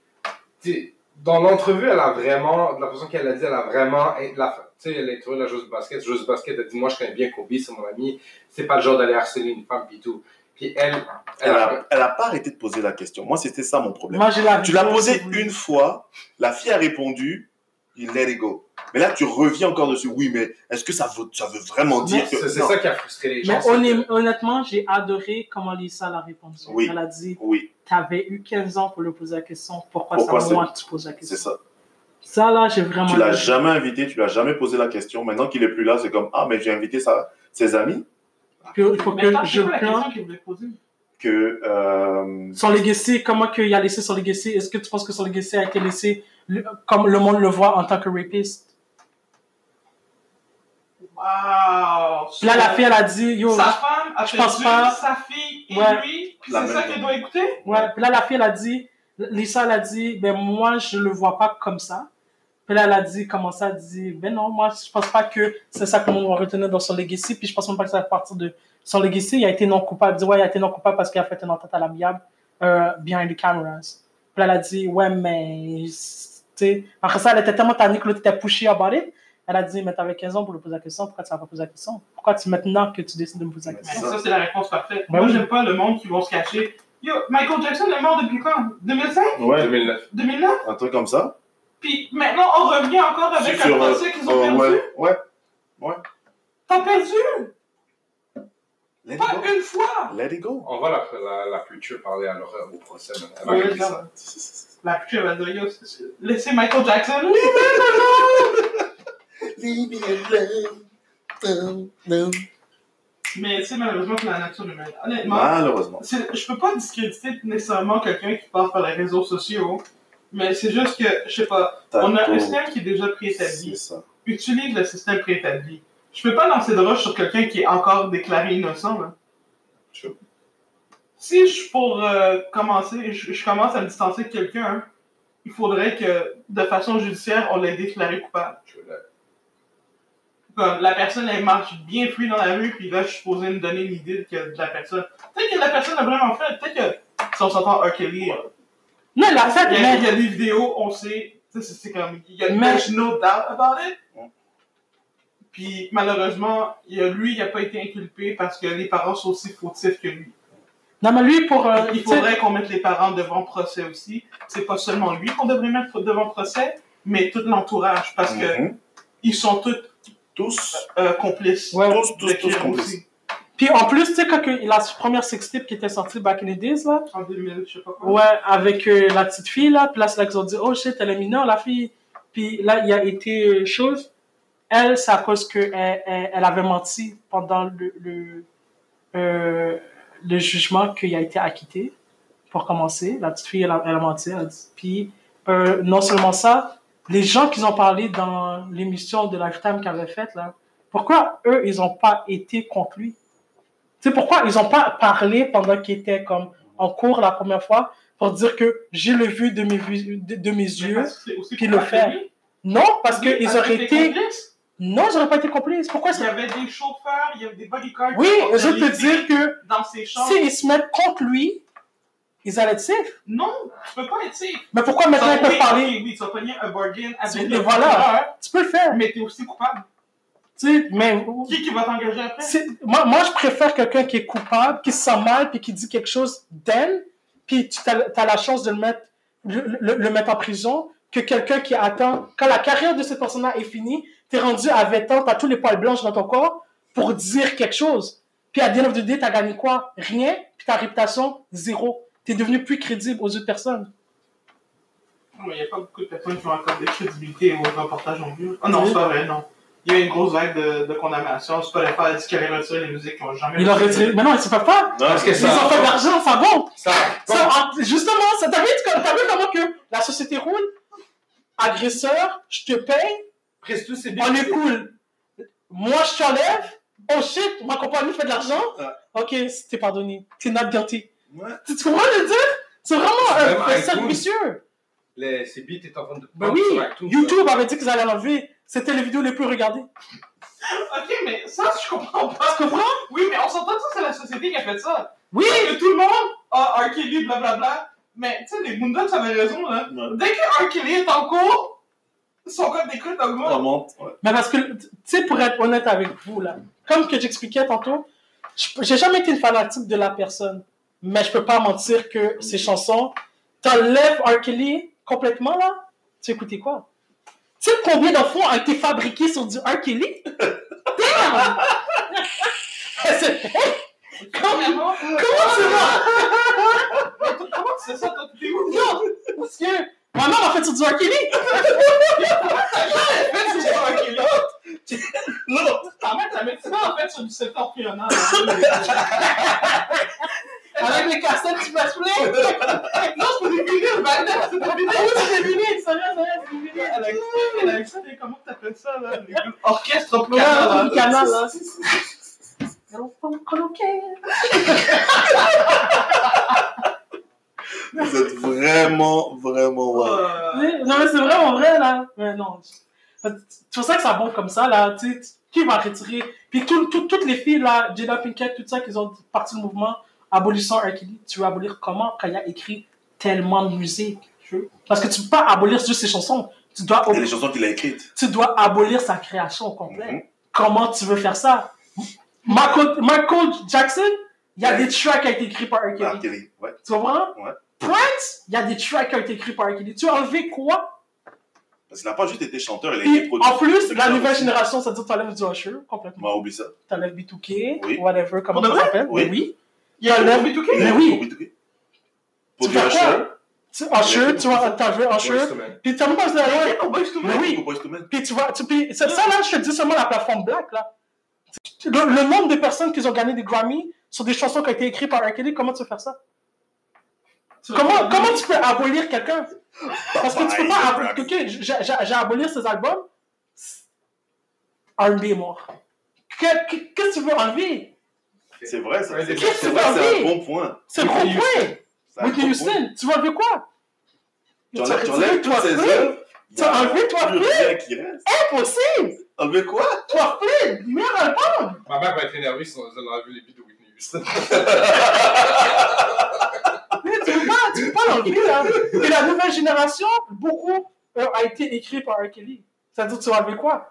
tu sais, Dans l'entrevue, elle a vraiment, de la façon qu'elle a dit, elle a vraiment, la- tu sais, elle a trouvé la joueuse de basket. La joueuse de basket, elle dit, moi, je connais bien Kobe, c'est mon ami. C'est pas le genre d'aller harceler une femme pis tout. Puis elle, elle, Elle a, a, elle a pas arrêté de poser la question. euh, Moi, c'était ça mon problème. Moi, j'ai la Tu l'as vidéo, posé si vous voulez. une fois, la fille a répondu, il let it go. Mais là, tu reviens encore dessus. Oui, mais est-ce que ça veut, ça veut vraiment dire c'est que. c'est Non. ça qui a frustré les gens. Mais c'est que- honn- honnêtement, j'ai adoré comment Lisa l'a répondu. Oui. Elle a dit, Oui, t'avais eu 15 ans pour lui poser la question, pourquoi, Pourquoi c'est à c'est- moi que tu poses la question? c'est ça. Ça, là, j'ai vraiment... Tu l'as adoré. jamais invité, tu l'as jamais posé la question. Maintenant qu'il est plus là, c'est comme Ah, mais j'ai invité sa, ses amis Puis, Il faut Mais que attends, je c'est quoi la plante. question qu'il voulait poser que. euh, Son legacy, comment qu'il a laissé son legacy Est-ce que tu penses que son legacy a été laissé le- comme le monde le voit en tant que rapiste Waouh Puis là, la fille, elle a dit, yo, Sa femme a je fait pense dur, pas. sa fille et Ouais. lui, c'est La même ça qu'elle chose. doit écouter ouais. Puis là, la fille, elle a dit, Lisa, elle a dit, ben moi, je le vois pas comme ça. Puis là, elle a dit, comment ça Elle dit, ben non, moi, je pense pas que c'est ça que le monde va retenir dans son legacy. Puis je pense même pas que ça va partir de son legacy. Il a été non coupable. Elle dit, ouais, il a été non coupable parce qu'il a fait une entente à l'amiable, euh, behind the cameras. Puis là, elle a dit, ouais, mais, tu sais, après ça, elle était tellement tannée que l'autre était pushy about it. Elle a dit, mais t'avais 15 ans pour lui poser la question, pourquoi tu n'as pas posé la question? Pourquoi tu, maintenant que tu décides de me poser la Mais Mais c'est question? ça. ça, c'est la réponse parfaite. Ben Moi, oui. j'aime pas le monde qui vont se cacher. Yo, Michael Jackson est mort depuis quand 2005 Ouais, 2009. 2009 un truc comme ça. Puis maintenant, on revient encore avec un euh, procès qu'ils ont euh, perdu. ouais, ouais. T'as perdu Let it pas go. une fois Ah! Let it go. On va la, la, la culture parler à leur, au procès. maintenant. Elle va Oui, régler ça. ça. La culture va dire, yo, c'est- c'est- laissez Michael Jackson. Oui, mais- Leave me alone. Non, non. Mais tu sais, malheureusement, c'est la nature humaine. Honnêtement, Malheureusement. c'est- je peux pas discréditer nécessairement quelqu'un qui passe par les réseaux sociaux, mais c'est juste que, je sais pas, T'as on a tout. un système qui est déjà préétabli. C'est ça. utilise le système préétabli. Je peux pas lancer de rush sur quelqu'un qui est encore déclaré innocent. Là. Sure. Si je pour euh, commencer, je, je commence à me distancer de quelqu'un, hein, il faudrait que de façon judiciaire, on l'ait déclaré coupable. Je veux la- Comme la personne elle marche bien free dans la rue, puis là je suis supposé me donner une idée que de la personne. Peut-être que la personne a vraiment fait, peut-être que si on s'entend R. Kelly, Non, la fête, il y, a, il mais. y a des vidéos, on sait. Tu sais, c'est- c'est comme. Il y a Mais- there's no doubt about it. Mm. Puis malheureusement, il y a- lui, il n'a pas été inculpé parce que les parents sont aussi fautifs que lui. Non, mais lui, pour. euh, Il tu sais- faudrait qu'on mette les parents devant procès aussi. C'est pas seulement lui qu'on devrait mettre devant procès, mais tout l'entourage parce que Mhm. ils sont tous Tous, euh, complices. Ouais. tous, de tous, tous crime complices. aussi. Puis en plus, tu sais, quand que la première sextape qui était sortie back in the days, là. En 2000, je sais pas quoi. Ouais, avec euh, la petite fille, là. Puis là, c'est là qu'ils ont dit, oh shit, elle est mineure, la fille. Puis là, il y a été euh, chose. Elle, c'est à cause qu'elle elle, elle avait menti pendant le, le, euh, le jugement qu'il a été acquitté, pour commencer. La petite fille, elle a, elle a menti. elle a dit- Puis euh, non seulement ça, les gens qui ont parlé dans l'émission de Lifetime qu'elle avait faite, là, pourquoi eux, ils n'ont pas été contre lui? Tu sais, pourquoi ils n'ont pas parlé pendant qu'il était comme en cours la première fois pour dire que j'ai le vu de mes, vu- de, de mes Mais yeux? parce que c'est aussi Puis le pour faire. lui. Non, parce que ils Parce auraient t'es été. complice. Non, ils n'auraient pas été complices. Pourquoi Il y c'est. avait des chauffeurs, il y avait des bodyguards. Oui, qui eux autres te portaient les dire que dans ses chambres. s'ils se mettent contre lui, ils allaient être safe. Non, tu peux pas être safe. Mais pourquoi maintenant Ils ils ont- peuvent oui, parler? ok, Oui, tu vas pogner un bargain avec Mais le voilà. voleur, Tu peux le faire. mais t'es aussi coupable. Tu sais, mais. Qui qui va t'engager après? C'est- Moi, moi, je préfère quelqu'un qui est coupable, qui se sent mal, puis qui dit quelque chose d'elle, puis tu as, la chance de le mettre, le, le- le mettre en prison, que quelqu'un qui attend. Quand la carrière de cette personne-là est finie, t'es rendu à 20 ans, t'as tous les poils blanches dans ton corps pour dire quelque chose. Puis à the end of the day, t'as gagné quoi Rien, puis ta réputation, zéro. T'es devenu plus crédible aux autres personnes. Il n'y a pas beaucoup de personnes qui vont accorder crédibilité au reportage en vue. Ah non, c'est pas vrai, non. Il y a eu une grosse vague de, de condamnations. Spotify a dit qu'il allait retirer les musiques qui n'ont jamais Il a retiré. Mais non, c'est pas ça. Non, Parce que Ils ont fait de l'argent, ça bon. Ça, Ça, en- justement, ça, t'as vu, t'as vu comment que la société roule? Agresseur, je te paye, Après tout, c'est bien. on est cool. Moi, je t'enlève. Oh shit, ma compagnie fait de l'argent. Ok, t'es pardonné. T'es not guilty. Ouais. Tu tu comprends le dire? C'est vraiment C'est un vraiment un cercle cool. vicieux. Les, ces beats étaient en train de Ben oui, sur iTunes, YouTube avait dit qu'ils allaient l'enlever. C'était les vidéos les plus regardées. Ok, mais ça, je comprends pas. Tu comprends? Oui, mais on s'entend que ça, c'est la société qui a fait ça. Oui! Parce que tout le monde a R. Kelly, blablabla. Mais tu sais, les Boondocks avaient raison, là. Ouais. Dès que R. Kelly est en cours, son code d'écoute augmente. Remonte. Ouais. Mais parce que, tu sais, pour être honnête avec vous, là, comme que j'expliquais tantôt, je- j'ai jamais été une fanatique de la personne. Mais je peux pas mentir que ces chansons, t'enlèves R. Kelly complètement, là, tu écoutais quoi? Tu sais combien d'enfants ont été fabriqués sur du R. Kelly? *laughs* Damn! *laughs* C'est- Comment Comment tu vas? euh, Comment tu sais ça, toi, t'es où? Non! Parce que ma mère m'a fait sur du R. Kelly! Fais du R. Kelly. Non, Ta mère, t'as mis ça, en fait, sur du secteur pionnier. Avec les cassettes, tu m'as *laughs* soulevé! Non, c'est pas des vinyles, madame, c'est pas des vinyles. ben, C'est des vinyles, ça vient, ça vient, c'est des vinyles. Elle a- elle a ça, mais comment t'appelles ça, là? Les hein. Orchestre Ouais, pionnier. le canal, là. vous êtes vraiment, vraiment wow. Euh, Oui, Non, mais c'est vraiment vrai, là. Mais non. C'est pour ça que ça bombe comme ça, là. Tu sais, qui va retirer? Puis tout- tout- toutes les filles, là, Jada Pinkett, tout ça, qui ont parti du mouvement abolissant R. Kelly, tu veux abolir comment quand il y a écrit tellement de musique? Parce que tu peux pas abolir juste ses chansons. Tu dois, Et les chansons qu'il a écrites. Mhm. tu dois abolir sa création au complet. Comment tu veux faire ça? Michael, Michael Jackson, il y a des tracks qui ont été écrits par R. Kelly. Ah, Kelly. Ouais. Tu comprends? Ouais. Prince, il y a des tracks qui ont été écrits par R. Kelly. Tu as enlevé quoi? Parce qu'il n'a pas juste été chanteur, Ben, il a été Puis, producteur. en plus, la aussi. nouvelle génération, ça veut dire que t'enlèves du Usher On complètement. m'a oublié ça. T'enlèves B2K, Oui. whatever, comment Pour de ça s'appelle. Oui. Oui. Il y a le. Obi-Toki? Il Mais a oui. pour Whittaker. Pour Tu du fais quoi? Usher. Tu, Usher, tu vois, t'as joué Usher. Boyz II Men. Puis t'as même pas besoin d'aller. Ouais, Cowboys to Mais Men. Pour oui. Boyz II Men. Puis tu vois, tu, puis, ça, ça, là, je te dis seulement la plateforme Black, là. Le, le nombre de personnes qui ont gagné des Grammy sur des chansons qui ont été écrites par R. Kelly, comment tu veux faire ça? Comment, comment tu peux abolir quelqu'un? Parce que tu peux pas abolir. quelqu'un. J'ai- j'ai j'ai aboli ses albums. R&B est mort. Que- que- Qu'est-ce que tu veux enlever? C'est vrai, ça. Ouais, C'est qu'est-ce c'est que vrai, vous c'est un avez bon point. C'est le gros Whitney point! C'est un Whitney bon point. Houston, tu vas enlever quoi? Tu enlèves tu enlèves toi toutes ces œuvres. il y T'as a enlevé, toi, plus plus. rien qui reste. Impossible! Enlever quoi Toi, Flynn, meilleur album! Ma mère va être énervée si on elle a vu les beats de Whitney Houston. Mais tu peux pas, tu peux pas l'enlever, là. Et la nouvelle génération, beaucoup euh, a été écrit par R. Kelly. C'est-à-dire, tu vas enlever quoi?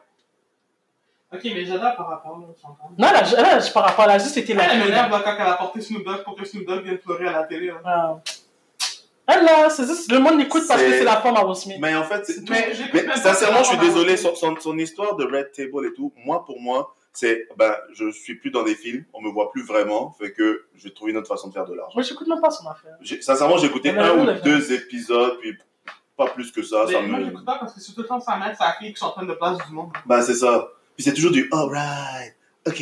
Ok, mais j'adore par rapport, là, on s'entend. Non, là, je- là, je- par rapport à la juste, c'était la. Eh, Elle m'énerve là, quand elle a porté Snoop Dogg pour que Snoop Dogg vienne pleurer à la télé. hein. là. Ah. Elle, là, c'est juste, le monde l'écoute parce que C'est- c'est la femme à Will Smith. Mais en fait, c'est- Mais j'écoute Mais même pas sincèrement, je suis ce qu'on a désolé, raconté. son, son, son histoire de Red Table et tout, moi, pour moi, c'est, ben, je suis plus dans des films, on me voit plus vraiment, fait que j'ai trouvé une autre façon de faire de l'argent. Moi, j'écoute même pas son affaire. J'ai- Sincèrement, j'ai écouté Mais un vous, ou les gars. deux épisodes, puis pas plus que ça, ça Mais moi, me... j'écoute pas parce que c'est tout le temps sa mère, sa fille qui sont en train de place du monde. Ben, c'est ça. Puis c'est toujours du, oh, Alright, ok.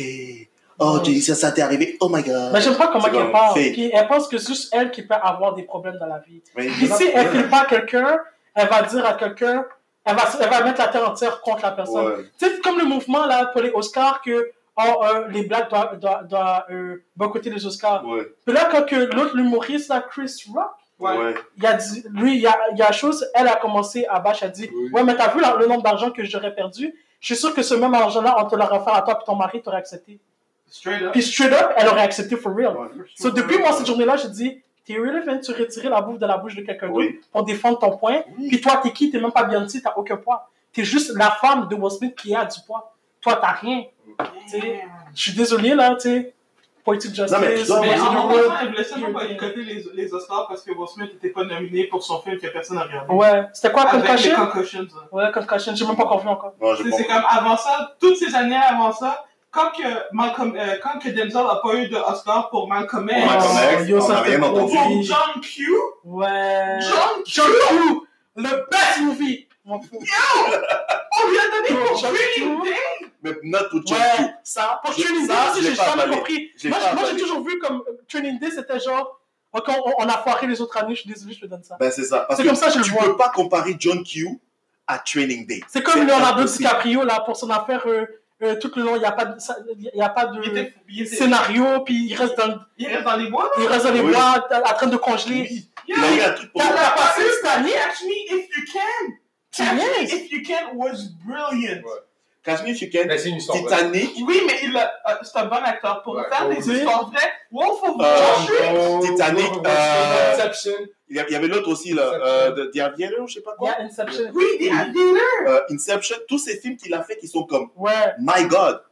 Oh, Ouais. Jesus, ça t'est arrivé. Oh my god. Mais j'aime pas comment C'est elle comme parle. fake. Puis elle pense que c'est juste elle qui peut avoir des problèmes dans la vie. mais... Puis si elle filme pas quelqu'un, elle va dire à quelqu'un, elle va, elle va mettre la terre entière contre la personne. Ouais. Tu sais, c'est comme le mouvement là pour les Oscars que oh, euh, les Blacks doivent, doivent, doivent, euh, boycotter les Oscars. Ouais, Puis là, quand que l'autre humoriste, là, Chris Rock, ouais, Ouais. il a dit, lui, il y a, il y a chose, elle a commencé à bâcher, elle a dit Oui. Ouais, mais t'as vu la- le nombre d'argent que j'aurais perdu Je suis sûr que ce même argent-là, on te l'aurait offert à toi, puis ton mari t'aurait accepté. Straight up. Puis straight up, elle aurait accepté for real. ouais. So, depuis moi, cette journée-là, j'ai dit, t'es relevant, tu retirer la bouffe de la bouche de quelqu'un Oui. d'autre pour défendre ton point. Puis toi, t'es qui? T'es même pas Beyoncé, t'as aucun poids. T'es juste la femme de Will Smith qui a du poids. Toi, t'as rien. Tu sais, Je suis désolé, là, tu sais. Poetic justice. Non, mais tu dois Mais en avoir- en même temps, elle voulait seulement Ouais. boycotter les, les Oscars parce que Will Smith n'était pas nominé pour son film que personne n'a regardé. Ouais. C'était quoi, Avec les Concussion? concussions. là. Ouais, Concussion. J'ai même pas compris encore. Non, j'ai C'est pas... c'est comme avant ça, toutes ces années avant ça, quand que, Malcolm, euh, quand que Denzel n'a pas eu de Oscar pour Malcolm X, Pour Malcolm Oh, X, yo, on ça, n'a rien c'est entendu. bon. pour John Q, Ouais. John Q, John Q! Le best movie! Mon fou. on lui a donné pour John Green Q. Day. Mais not to Ouais, jump to. ça, pour Je- Training Day, ça, aussi, je j'ai l'ai pas jamais avalé. compris. J'ai Moi, pas moi, j'ai avalé. toujours vu comme euh, Training Day, c'était genre, ok, on, on a foiré les autres années, je suis désolé, je te donne ça. Ben, c'est ça. Parce C'est que comme ça que je le tu vois. peux pas comparer John Q à Training Day. C'est comme c'est Leonardo impossible. DiCaprio, là, pour son affaire, euh, euh, tout le long, il n'y a pas de, ça- il y a pas de Il était- il était- scénario, puis il reste dans, il reste dans les bois. il reste dans les Oui. bois, en train de congeler. Il a eu un truc pour T'as- moi. t'as passé cette année, Catch Me If You Can. Catch Me Yes. If You Can was brilliant. Ouais. Cashmere Chicken, Mais c'est une histoire. vraie. Titanic, Oui, mais il a, euh, c'est un bon acteur pour Ouais, faire oh, des oui. oh. histoires vraies. Wolf of Euh, Wall Street. Titanic, Wolf of Wall euh, Street, Inception. il y a- il y avait l'autre aussi, là, euh, de- The Aviator, je sais pas Il y quoi, a Inception. Oui, des Adidas. euh, Inception, tous ces films qu'il a fait qui sont comme Ouais. My God,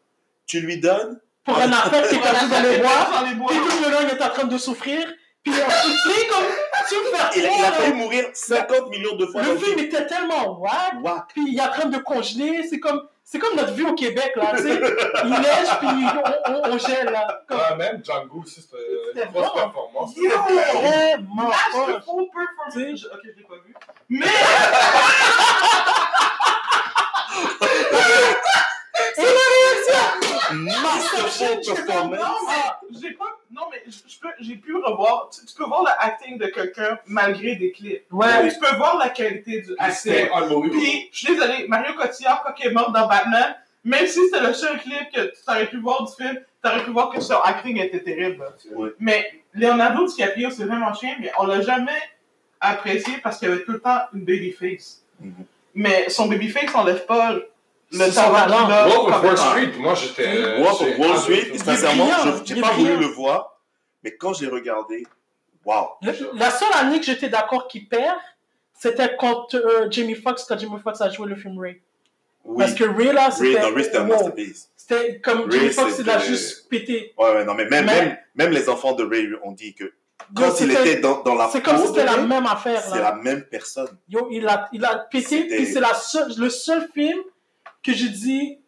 tu lui donnes, Pour un affaire qui est perdu dans les bois, Dans les bois. puis tout le long, il est en train de souffrir, puis il est en train de comme, tu me fais il a, il a croire, failli mourir 50 millions de fois. Le film était tellement wack, Wack. puis il est en train de congeler, c'est comme, c'est comme notre vie au Québec, là, tu sais. Il neige, puis on, on, on gèle, là. Comme, Ouais, même Django aussi, c'est euh, C'était une grosse bon. performance. Yo, Ah, Ah, vraiment Master poche. full performance. Je- Ok, je l'ai pas vu. Mais Masterful je fais comme, non, performance. mais j'ai pas. Non, mais je je peux, j'ai pu revoir. Tu, tu peux voir le acting de quelqu'un malgré des clips. Ouais. Tu peux voir la qualité du acting. Ah, C'était unbelievable. Puis, je suis désolé, Mario Cotillard, quand il est mort dans Batman, même si c'était le seul clip que tu aurais pu voir du film, tu aurais pu voir que son acting était terrible. Ouais. Mais Leonardo DiCaprio, c'est vraiment chien, mais on l'a jamais apprécié parce qu'il avait tout le temps une babyface. Mhm. Mais son babyface n'enlève pas le Son talent talent. qu'il a Wolf comme of Wall étant- Street, moi j'étais. euh, Wolf j'ai of Wall adoré Street, tout ça. sincèrement, Il est je- brillant, j'ai il est pas voulu brillant. le voir, mais quand j'ai regardé, waouh. Le- la seule année que j'étais d'accord qu'il perd, c'était contre euh, Jamie Foxx, quand Jamie Foxx a joué le film Ray. Oui, Parce que Ray, là, Ray, non, Ray, c'était. c'était un wow. masterpiece. C'était comme Ray, Jamie Foxx, il a c'était- juste pété. Ouais, ouais, non, mais même, Mais- même, même les enfants de Ray ont dit que quand Donc, il c'était- était dans, dans la C'est comme si peau de c'était la Ray, même affaire, c'est là. la même personne. Yo, il a, il a pété, C'était- puis c'est la seule- le seul film que j'ai dit,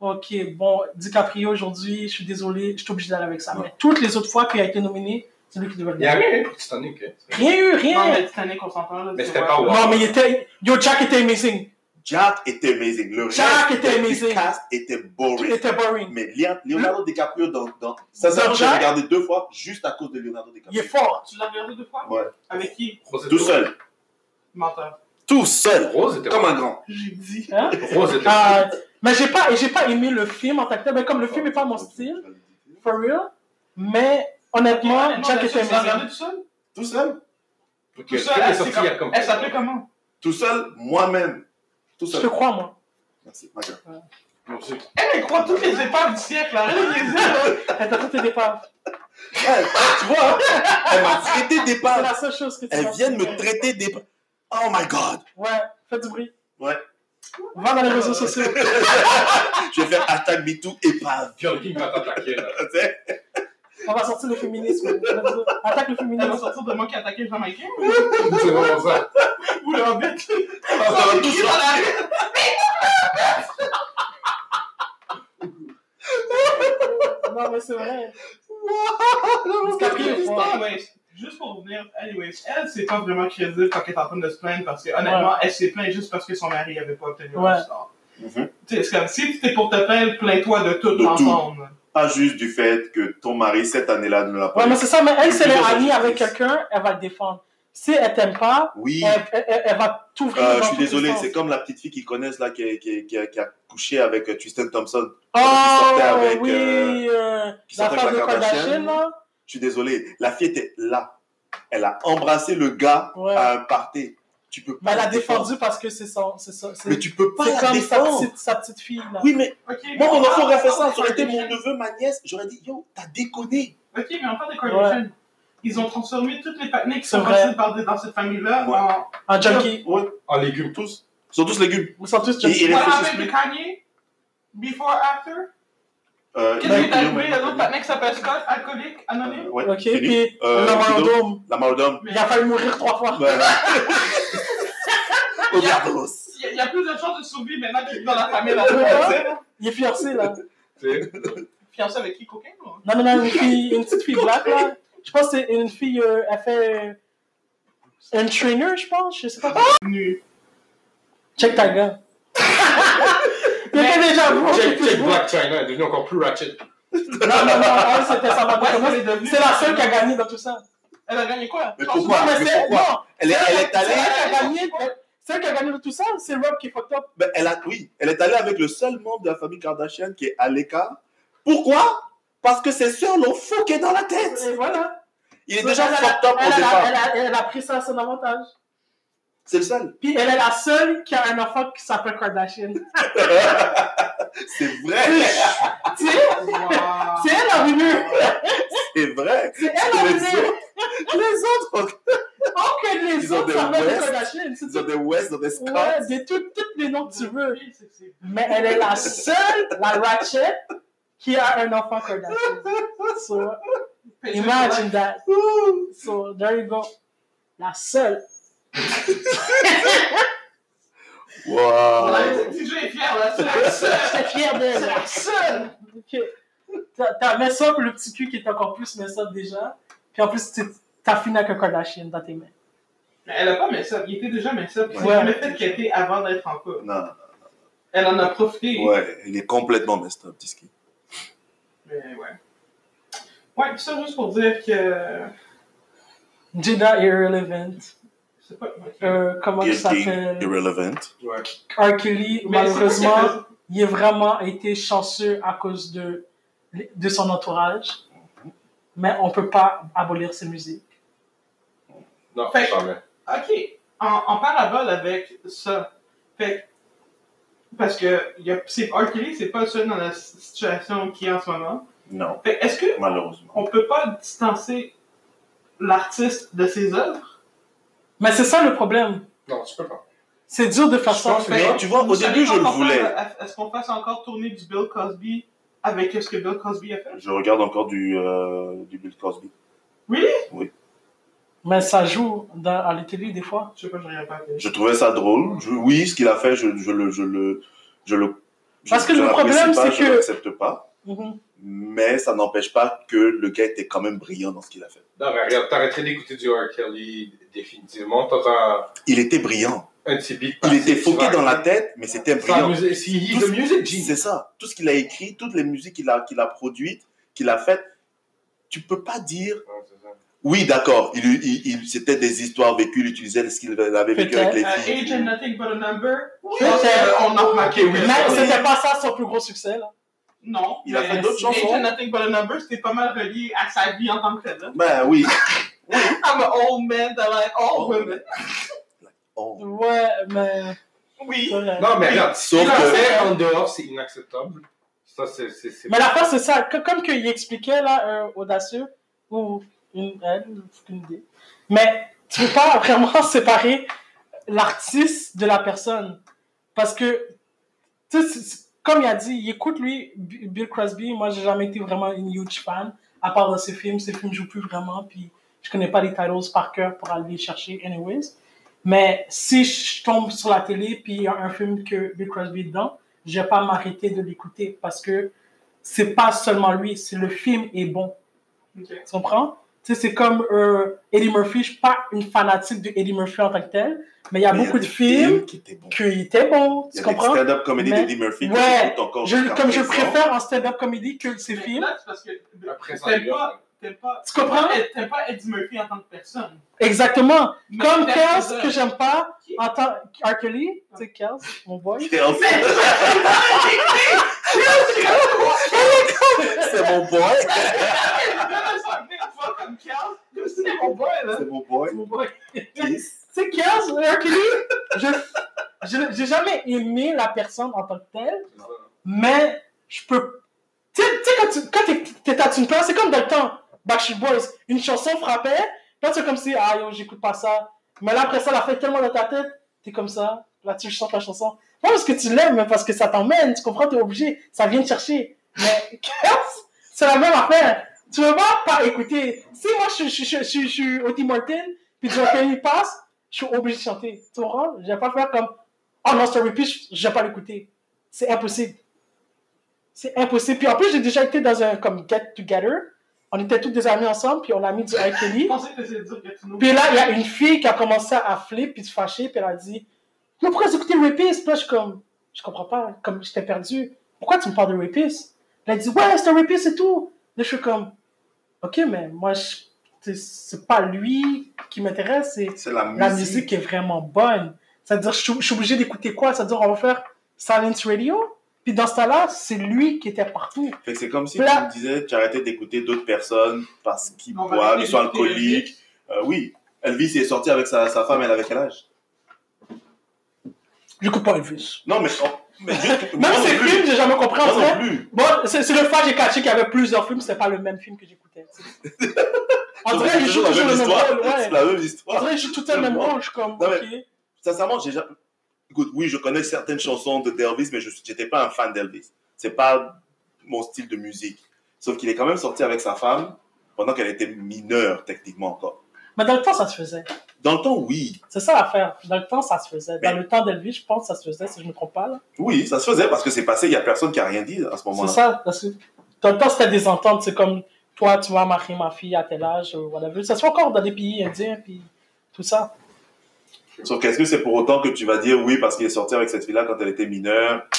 OK, bon, DiCaprio aujourd'hui, je suis désolé, je suis obligé d'aller avec ça. Mais toutes les autres fois qu'il a été nominé, c'est lui qui devait le Il y a gagner. rien eu pour Titanic. hein. Rien eu, Non, rien. mais Titanic, on s'entend là. Mais tu c'était vois. pas wow. Non, mais il était. Yo, Jack était amazing. Jack était amazing. Le Jack reste était du amazing. cast était Il boring. était boring. Mais Lea- Leonardo DiCaprio dans, dans... Sincèrement, Dans j'ai Jack? regardé deux fois juste à cause de Leonardo Il est DiCaprio. fort. Tu l'as regardé deux fois Ouais. Avec qui Rose était- Tout seul. Menteur. Tout seul. Rose était Comme un grand. J'ai dit. Hein? Rose était Euh, mais j'ai pas, et j'ai pas aimé le film en tant que tel. Mais comme le film n'est pas mon style, for real. Mais honnêtement, Jack était Tu l'as regardé amazing. tout seul Tout seul. Tout Tout seul, elle seul sorti il y a comme. Elle s'appelait comment Tout seul, moi-même. Tout Je te seul. crois, moi. Merci, ma gueule. Elle, elle croit toutes les épaves du siècle. Arrête de les dire. Elle t'a traité d'épave. Ouais, Eh, tu vois, hein? elle m'a traité C'est d'épave. la seule chose que tu Elle m'as vient de dit. me traiter d'épave. Oh my god. Ouais, fais du bruit. Ouais. Va dans les réseaux sociaux. Je vais faire hashtag MeToo épave. King va t'attaquer là. Tu sais? On va sortir le féminisme. Attaque le Elle va féminisme. sortir de moi qui attaquait le Jamaïcain C'est vraiment ça. ou le Hobbit. Ça Ah, va tout Qui est dans seul. la rue Non, mais c'est vrai. Caprio, Anyways, juste pour revenir, anyways, elle, c'est pas vraiment crédible quand elle est en train de se plaindre parce que, honnêtement, elle s'est plainte juste parce que son mari avait pas obtenu Ouais. un star. Mhm. Tu sais, c'est comme si t'es pour te plaindre, plains-toi de tout De tout. l'ensemble. Pas juste du fait que ton mari, cette année-là, ne l'a pas Ouais, mais eu. c'est ça. Mais elle, si C'est elle est toujours amie la avec justice. quelqu'un, elle va le défendre. Si elle t'aime pas, Oui. elle, elle- elle- elle va t'ouvrir. hein. Euh, dans je suis tous les désolé, sens. c'est comme la petite fille qu'ils connaissent là qui, est- qui, est- qui a, qui a couché avec euh, Tristan Thompson. qui Oh, sortait avec, oui. euh, qui la sortait femme avec de la Kardashian. Kardashian, là. Je suis désolé, la fille était là. Elle a embrassé le gars Ouais. à un party. Tu peux Mais pas elle la l'a défendre. défendu parce que c'est son. C'est son- c'est- Mais tu peux pas c'est la comme sa défendre. petite, sa petite fille, là. Oui, mais Ok, moi, mon enfant aurait fait ça. Ça sur aurait été mon neveu, ma nièce. J'aurais dit, yo, t'as déconné. Ok, mais on parle de Kardashian. Ils ont transformé toutes les patniques qui sont C'est vrai. passées par des- dans cette famille-là Ouais. en. Un junkie. Ouais, En légumes tous. ils sont tous légumes. Ils sont tous Et, et junkies. les What filles se happened to suivent. Kanye? Before, after? Euh, il a Qu'est-ce qui est eu- arrivé à l'autre patnique qui s'appelle Scott, alcoolique, anonyme? Ouais, Ok, c'est lui. puis Euh, la Kido. Malandome. La mort d'homme. Il a failli mourir trois fois. Ouais. Overdose. Il y a- il y a plus de chances de survie maintenant qu'il est dans la famille. là. Il est fiancé, là. Tu sais. Fiancé avec qui, cocaine? ou? Non, non, *laughs* non, une, fille, une petite fille black, là. Je pense que c'est une fille, euh, elle fait. euh, un trainer, je pense, je sais pas. Nu. Check ta *laughs* gueule. Il était déjà bon. Check, check Black China est devenu encore plus ratchet. Non, non, non, elle, c'était sa maman. Ouais, Comment elle est devenue- C'est la seule qui a gagné dans tout ça. Elle a gagné quoi? Mais Chanson- pourquoi? Non, mais Mais c'est. pourquoi Non, Elle est, elle est c'est allée. elle qui a gagné. mais Celle qui a gagné dans tout ça, c'est Rob qui est fucked up. Ben, elle a, oui, elle est allée avec le seul membre de la famille Kardashian qui est à l'écart. Pourquoi Parce que ses sœurs l'ont fouqué dans la tête. Et voilà. Il est Donc, déjà elle a- fucked up au elle a- départ. elle a- Elle a pris ça à son avantage. C'est le seul. Puis elle est la seule qui a un enfant qui s'appelle Kardashian. C'est vrai. Tu sais, Wow. Ah. c'est elle la venue. *laughs* C'est vrai. C'est elle la Les venue. autres, les autres, Oh, que les Ils ont autres des s'appellent des West. Kardashian. C'est ils ont tout. des West, ils ont des Scott. Ouais, des tout- tous les noms que tu veux. C'est- c'est- Mais elle est *laughs* la seule, la Ratchet, qui a un enfant Kardashian. So, c'est- *laughs* imagine that. So, there you go. La seule. Wow. La petite DJ est fière, là. C'est la seule. J'étais fière d'elle. C'est la seule. Ok. T'as- T'as mets ça pour le petit cul qui est encore plus mess up déjà. Puis en plus, t'es- t'as fini avec un Kardashian dans tes mains. Mais Elle a pas mais ça. Il était déjà mais ça. C'est Ouais. jamais fait qu'elle était avant d'être en couple. Non, Elle en a profité. ouais, il est complètement messed up, Tiski. Mais ouais. Ouais, pis ça juste pour dire que. Jada Irrelevant. C'est pas. ok. Euh, comment il Guilty, s'appelle? irrelevant. Ouais. R. Kelly, Mais c'est malheureusement. pas qu'elle fait- il a vraiment été chanceux à cause de, de son entourage, mais on peut pas abolir ses musiques. Non, Fait- jamais. Ok, en, en parabole avec ça. Fait que- parce que y a, c'est, R. Kelly, c'est pas le seul dans la s- situation qui est en ce moment. Non, Fait que est-ce que malheureusement. on peut pas distancer l'artiste de ses œuvres? Mais c'est ça le problème. Non, tu peux pas. C'est dur de faire Je ça. pense que- Mais tu vois, au Vous savez début, je qu'on le va faire- voulais. Est-ce qu'on fasse encore tourner du Bill Cosby avec ce que Bill Cosby a fait? Je regarde encore du, euh, du Bill Cosby. Mais ça joue dans, à la télé des fois. Je sais pas, je regarde pas. la télé. Je trouvais ça drôle. Je- oui, ce qu'il a fait, je, je le, je le, je le, Parce que le l'apprécie problème, pas, c'est je que- l'accepte pas, Mhm. mais ça n'empêche pas que le gars était quand même brillant dans ce qu'il a fait. Non, mais regarde, t'arrêterais d'écouter du R. Kelly définitivement. T'entends Il était brillant. un petit beat. Il passer, était tu fouqué vas- dans la tête, mais c'était Sa brillant. musique- si, he's Tout- a music C'est genius. ça. Tout ce qu'il a écrit, toutes les musiques qu'il a, qu'il a produites, qu'il a faites, tu peux pas dire Ouais, c'est ça. Oui, d'accord. Il, il, il- c'était des histoires vécues. Il utilisait ce qu'il avait vécu avec les Euh, age and filles. nothing but a number. Je pense Peut-être. qu'on a remarqué, oui. Mais c'était pas ça son plus gros succès, là. Non. Il a mais fait d'autres chansons. Age and nothing but a number, c'était pas mal relié à sa vie en tant que telle. hein. là. Ben oui. I'm an old man that like all women. Oh. Ouais, mais. Oui. voilà. Non, mais regarde, si Sauf tu la que- fais en dehors, c'est inacceptable. Ça, c'est. c'est- c'est- Mais la fin, c'est ça. Co- Comme qu'il expliquait, là, un audacieux, ou une, elle, aucune idée. Mais tu peux pas *laughs* vraiment séparer l'artiste de la personne. Parce que, tu sais, c'est- c'est- comme il a dit, il écoute, lui, B- Bill Crosby. Moi, j'ai jamais été vraiment une huge fan. À part dans ses films, ses films jouent plus vraiment, puis je connais pas les titles par cœur pour aller les chercher, anyways. Mais si je tombe sur la télé, puis il y a un film que Bill Crosby est dedans, je vais pas m'arrêter de l'écouter parce que c'est pas seulement lui, c'est le film est bon. Ok. Tu comprends? Tu sais, c'est comme euh, Eddie Murphy. Je suis pas une fanatique de Eddie Murphy en tant que tel, mais il y a Mais beaucoup des de films qui étaient bons. qui étaient bons. Il y Tu a des comprends? stand-up comédies Mais- d'Eddie Murphy que Ouais. j'écoute encore. Je- jusqu'à comme je présent. préfère en stand-up comédie que ses Mais films. là, c'est parce que Après ça, t'aimes il y a- pas, t'aimes pas, Tu comprends? t'aimes pas Eddie Murphy en tant que personne. Exactement. Mais Comme t'aimes Kels, ça. que *laughs* j'aime pas, en tant R. Kelly, tu sais, Kels, mon *laughs* boy. Et en fait, *laughs* C'est mon boy. comme Kels, comme si c'était mon boy, là. C'est mon boy. mon boy. Tu sais, Kels, R. Kelly, je, je- j'ai jamais aimé la personne en tant que telle. c'est ça. mais je peux. Tu sais, tu sais, quand tu quand t'es- t'es à une place, c'est comme dans le temps, Backstreet Boys, une chanson frappait, là tu es comme si, ah yo, j'écoute pas ça. Mais là après ça, la fait tellement dans ta tête, t'es comme ça, là tu chantes la chanson. Pas parce que tu l'aimes, mais parce que ça t'emmène, tu comprends, t'es obligé, ça vient te chercher. Mais *laughs* Kels, c'est la même affaire. Tu veux pas, pas écouter. Si moi je suis- je suis- je suis- je suis au Tim Martin, puis John Kelly passe, je suis obligé de chanter. Tu comprends? Je vais pas faire comme, oh non, c'est un repeat, je vais pas l'écouter. C'est impossible. C'est impossible. Puis en plus, j'ai déjà été dans un comme get together. On était tous des amis ensemble, puis on a mis du R. Je *laughs* Kelly. pensais que c'était dire que tu nous. Puis là, il y a une fille qui a commencé à flipper puis se fâcher, puis elle a dit Mais pourquoi vous écoutez Rapist Puis là, je suis comme Je comprends pas, hein. comme j'étais perdu. Pourquoi tu me parles de Rapist Elle a dit Ouais, c'est un Rapist et tout. Là, je suis comme Ok, mais moi, je- c'est- c'est pas lui qui m'intéresse, c'est Ah, C'est la la musique. musique est vraiment bonne. C'est-à-dire, je suis- je suis obligé d'écouter quoi C'est-à-dire, on va faire Silence Radio. Puis dans ce temps-là, c'est lui qui était partout. Fait que c'est comme si tu Là. me disais tu arrêtais d'écouter d'autres personnes parce qu'ils On va boivent, ils laisser sont écouter alcooliques. Euh, oui. Elvis est sorti avec sa, sa femme, elle avait quel âge J'écoute pas Elvis. Non, mais, oh, mais juste. Même ses films, j'ai jamais compris. en Moi vrai. non plus. Bon, c'est c'est le fait que j'ai caché qu'il y avait plusieurs films, c'était pas le même film que *laughs* j'écoutais. tu sais. En Donc, vrai, c'est il joue toujours la toujours le même même histoire. rôle, ouais. C'est la même En histoire. vrai, il joue tout le temps le même Tellement. rôle, je suis comme, Non, ok. Sincèrement, j'ai jamais. Écoute, oui, je connais certaines chansons de d'Elvis, mais je n'étais pas un fan d'Elvis. C'est pas mon style de musique. Sauf qu'il est quand même sorti avec sa femme pendant qu'elle était mineure, techniquement encore. Mais dans le temps, ça se faisait. Dans le temps, oui. C'est ça l'affaire. Dans le temps, ça se faisait. Dans Mais- le temps d'Elvis, je pense que ça se faisait, si je me trompe pas, là. Oui, ça se faisait parce que c'est passé, il n'y a personne qui a rien dit à ce C'est moment-là. ça, parce que dans le temps, c'était des ententes, c'est comme, toi, tu vas marier ma fille à tel âge, ou whatever. Ça se fait encore dans des pays indiens, puis tout ça. Sauf qu'est-ce que c'est pour autant que tu vas dire oui parce qu'il est sorti avec cette fille-là quand elle était mineure euh,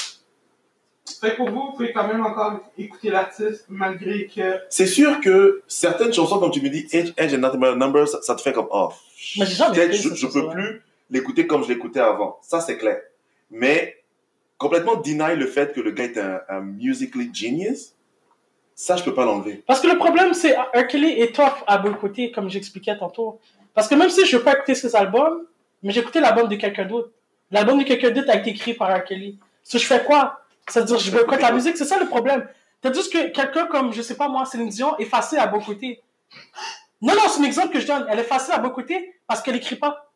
Fait que pour vous, vous pouvez quand même encore écouter l'artiste malgré que. *laughs* C'est sûr que certaines chansons, comme tu me dis, Edge, Edge and Nothing But a Number, ça, ça te fait comme oh. Mais j'ai jamais peut-être fait Je, cette je peux chanson-là. plus l'écouter comme je l'écoutais avant. Ça, c'est clair. Mais complètement deny le fait que le gars est un, un musically genius, ça, je peux pas l'enlever. Parce que le problème, c'est Hercule est tough à boycotter, comme j'expliquais tantôt. Parce que même si je veux pas écouter ses albums, mais j'ai écouté l'album de quelqu'un d'autre. L'album de quelqu'un d'autre a été écrit par Hercule. Si je fais quoi C'est-à-dire, je boycotte la musique, c'est ça le problème. T'as juste que quelqu'un comme, je sais pas moi, Céline Dion, est facile à boycotter. Non, non, c'est un exemple que je donne. Elle est facile à boycotter parce qu'elle écrit pas.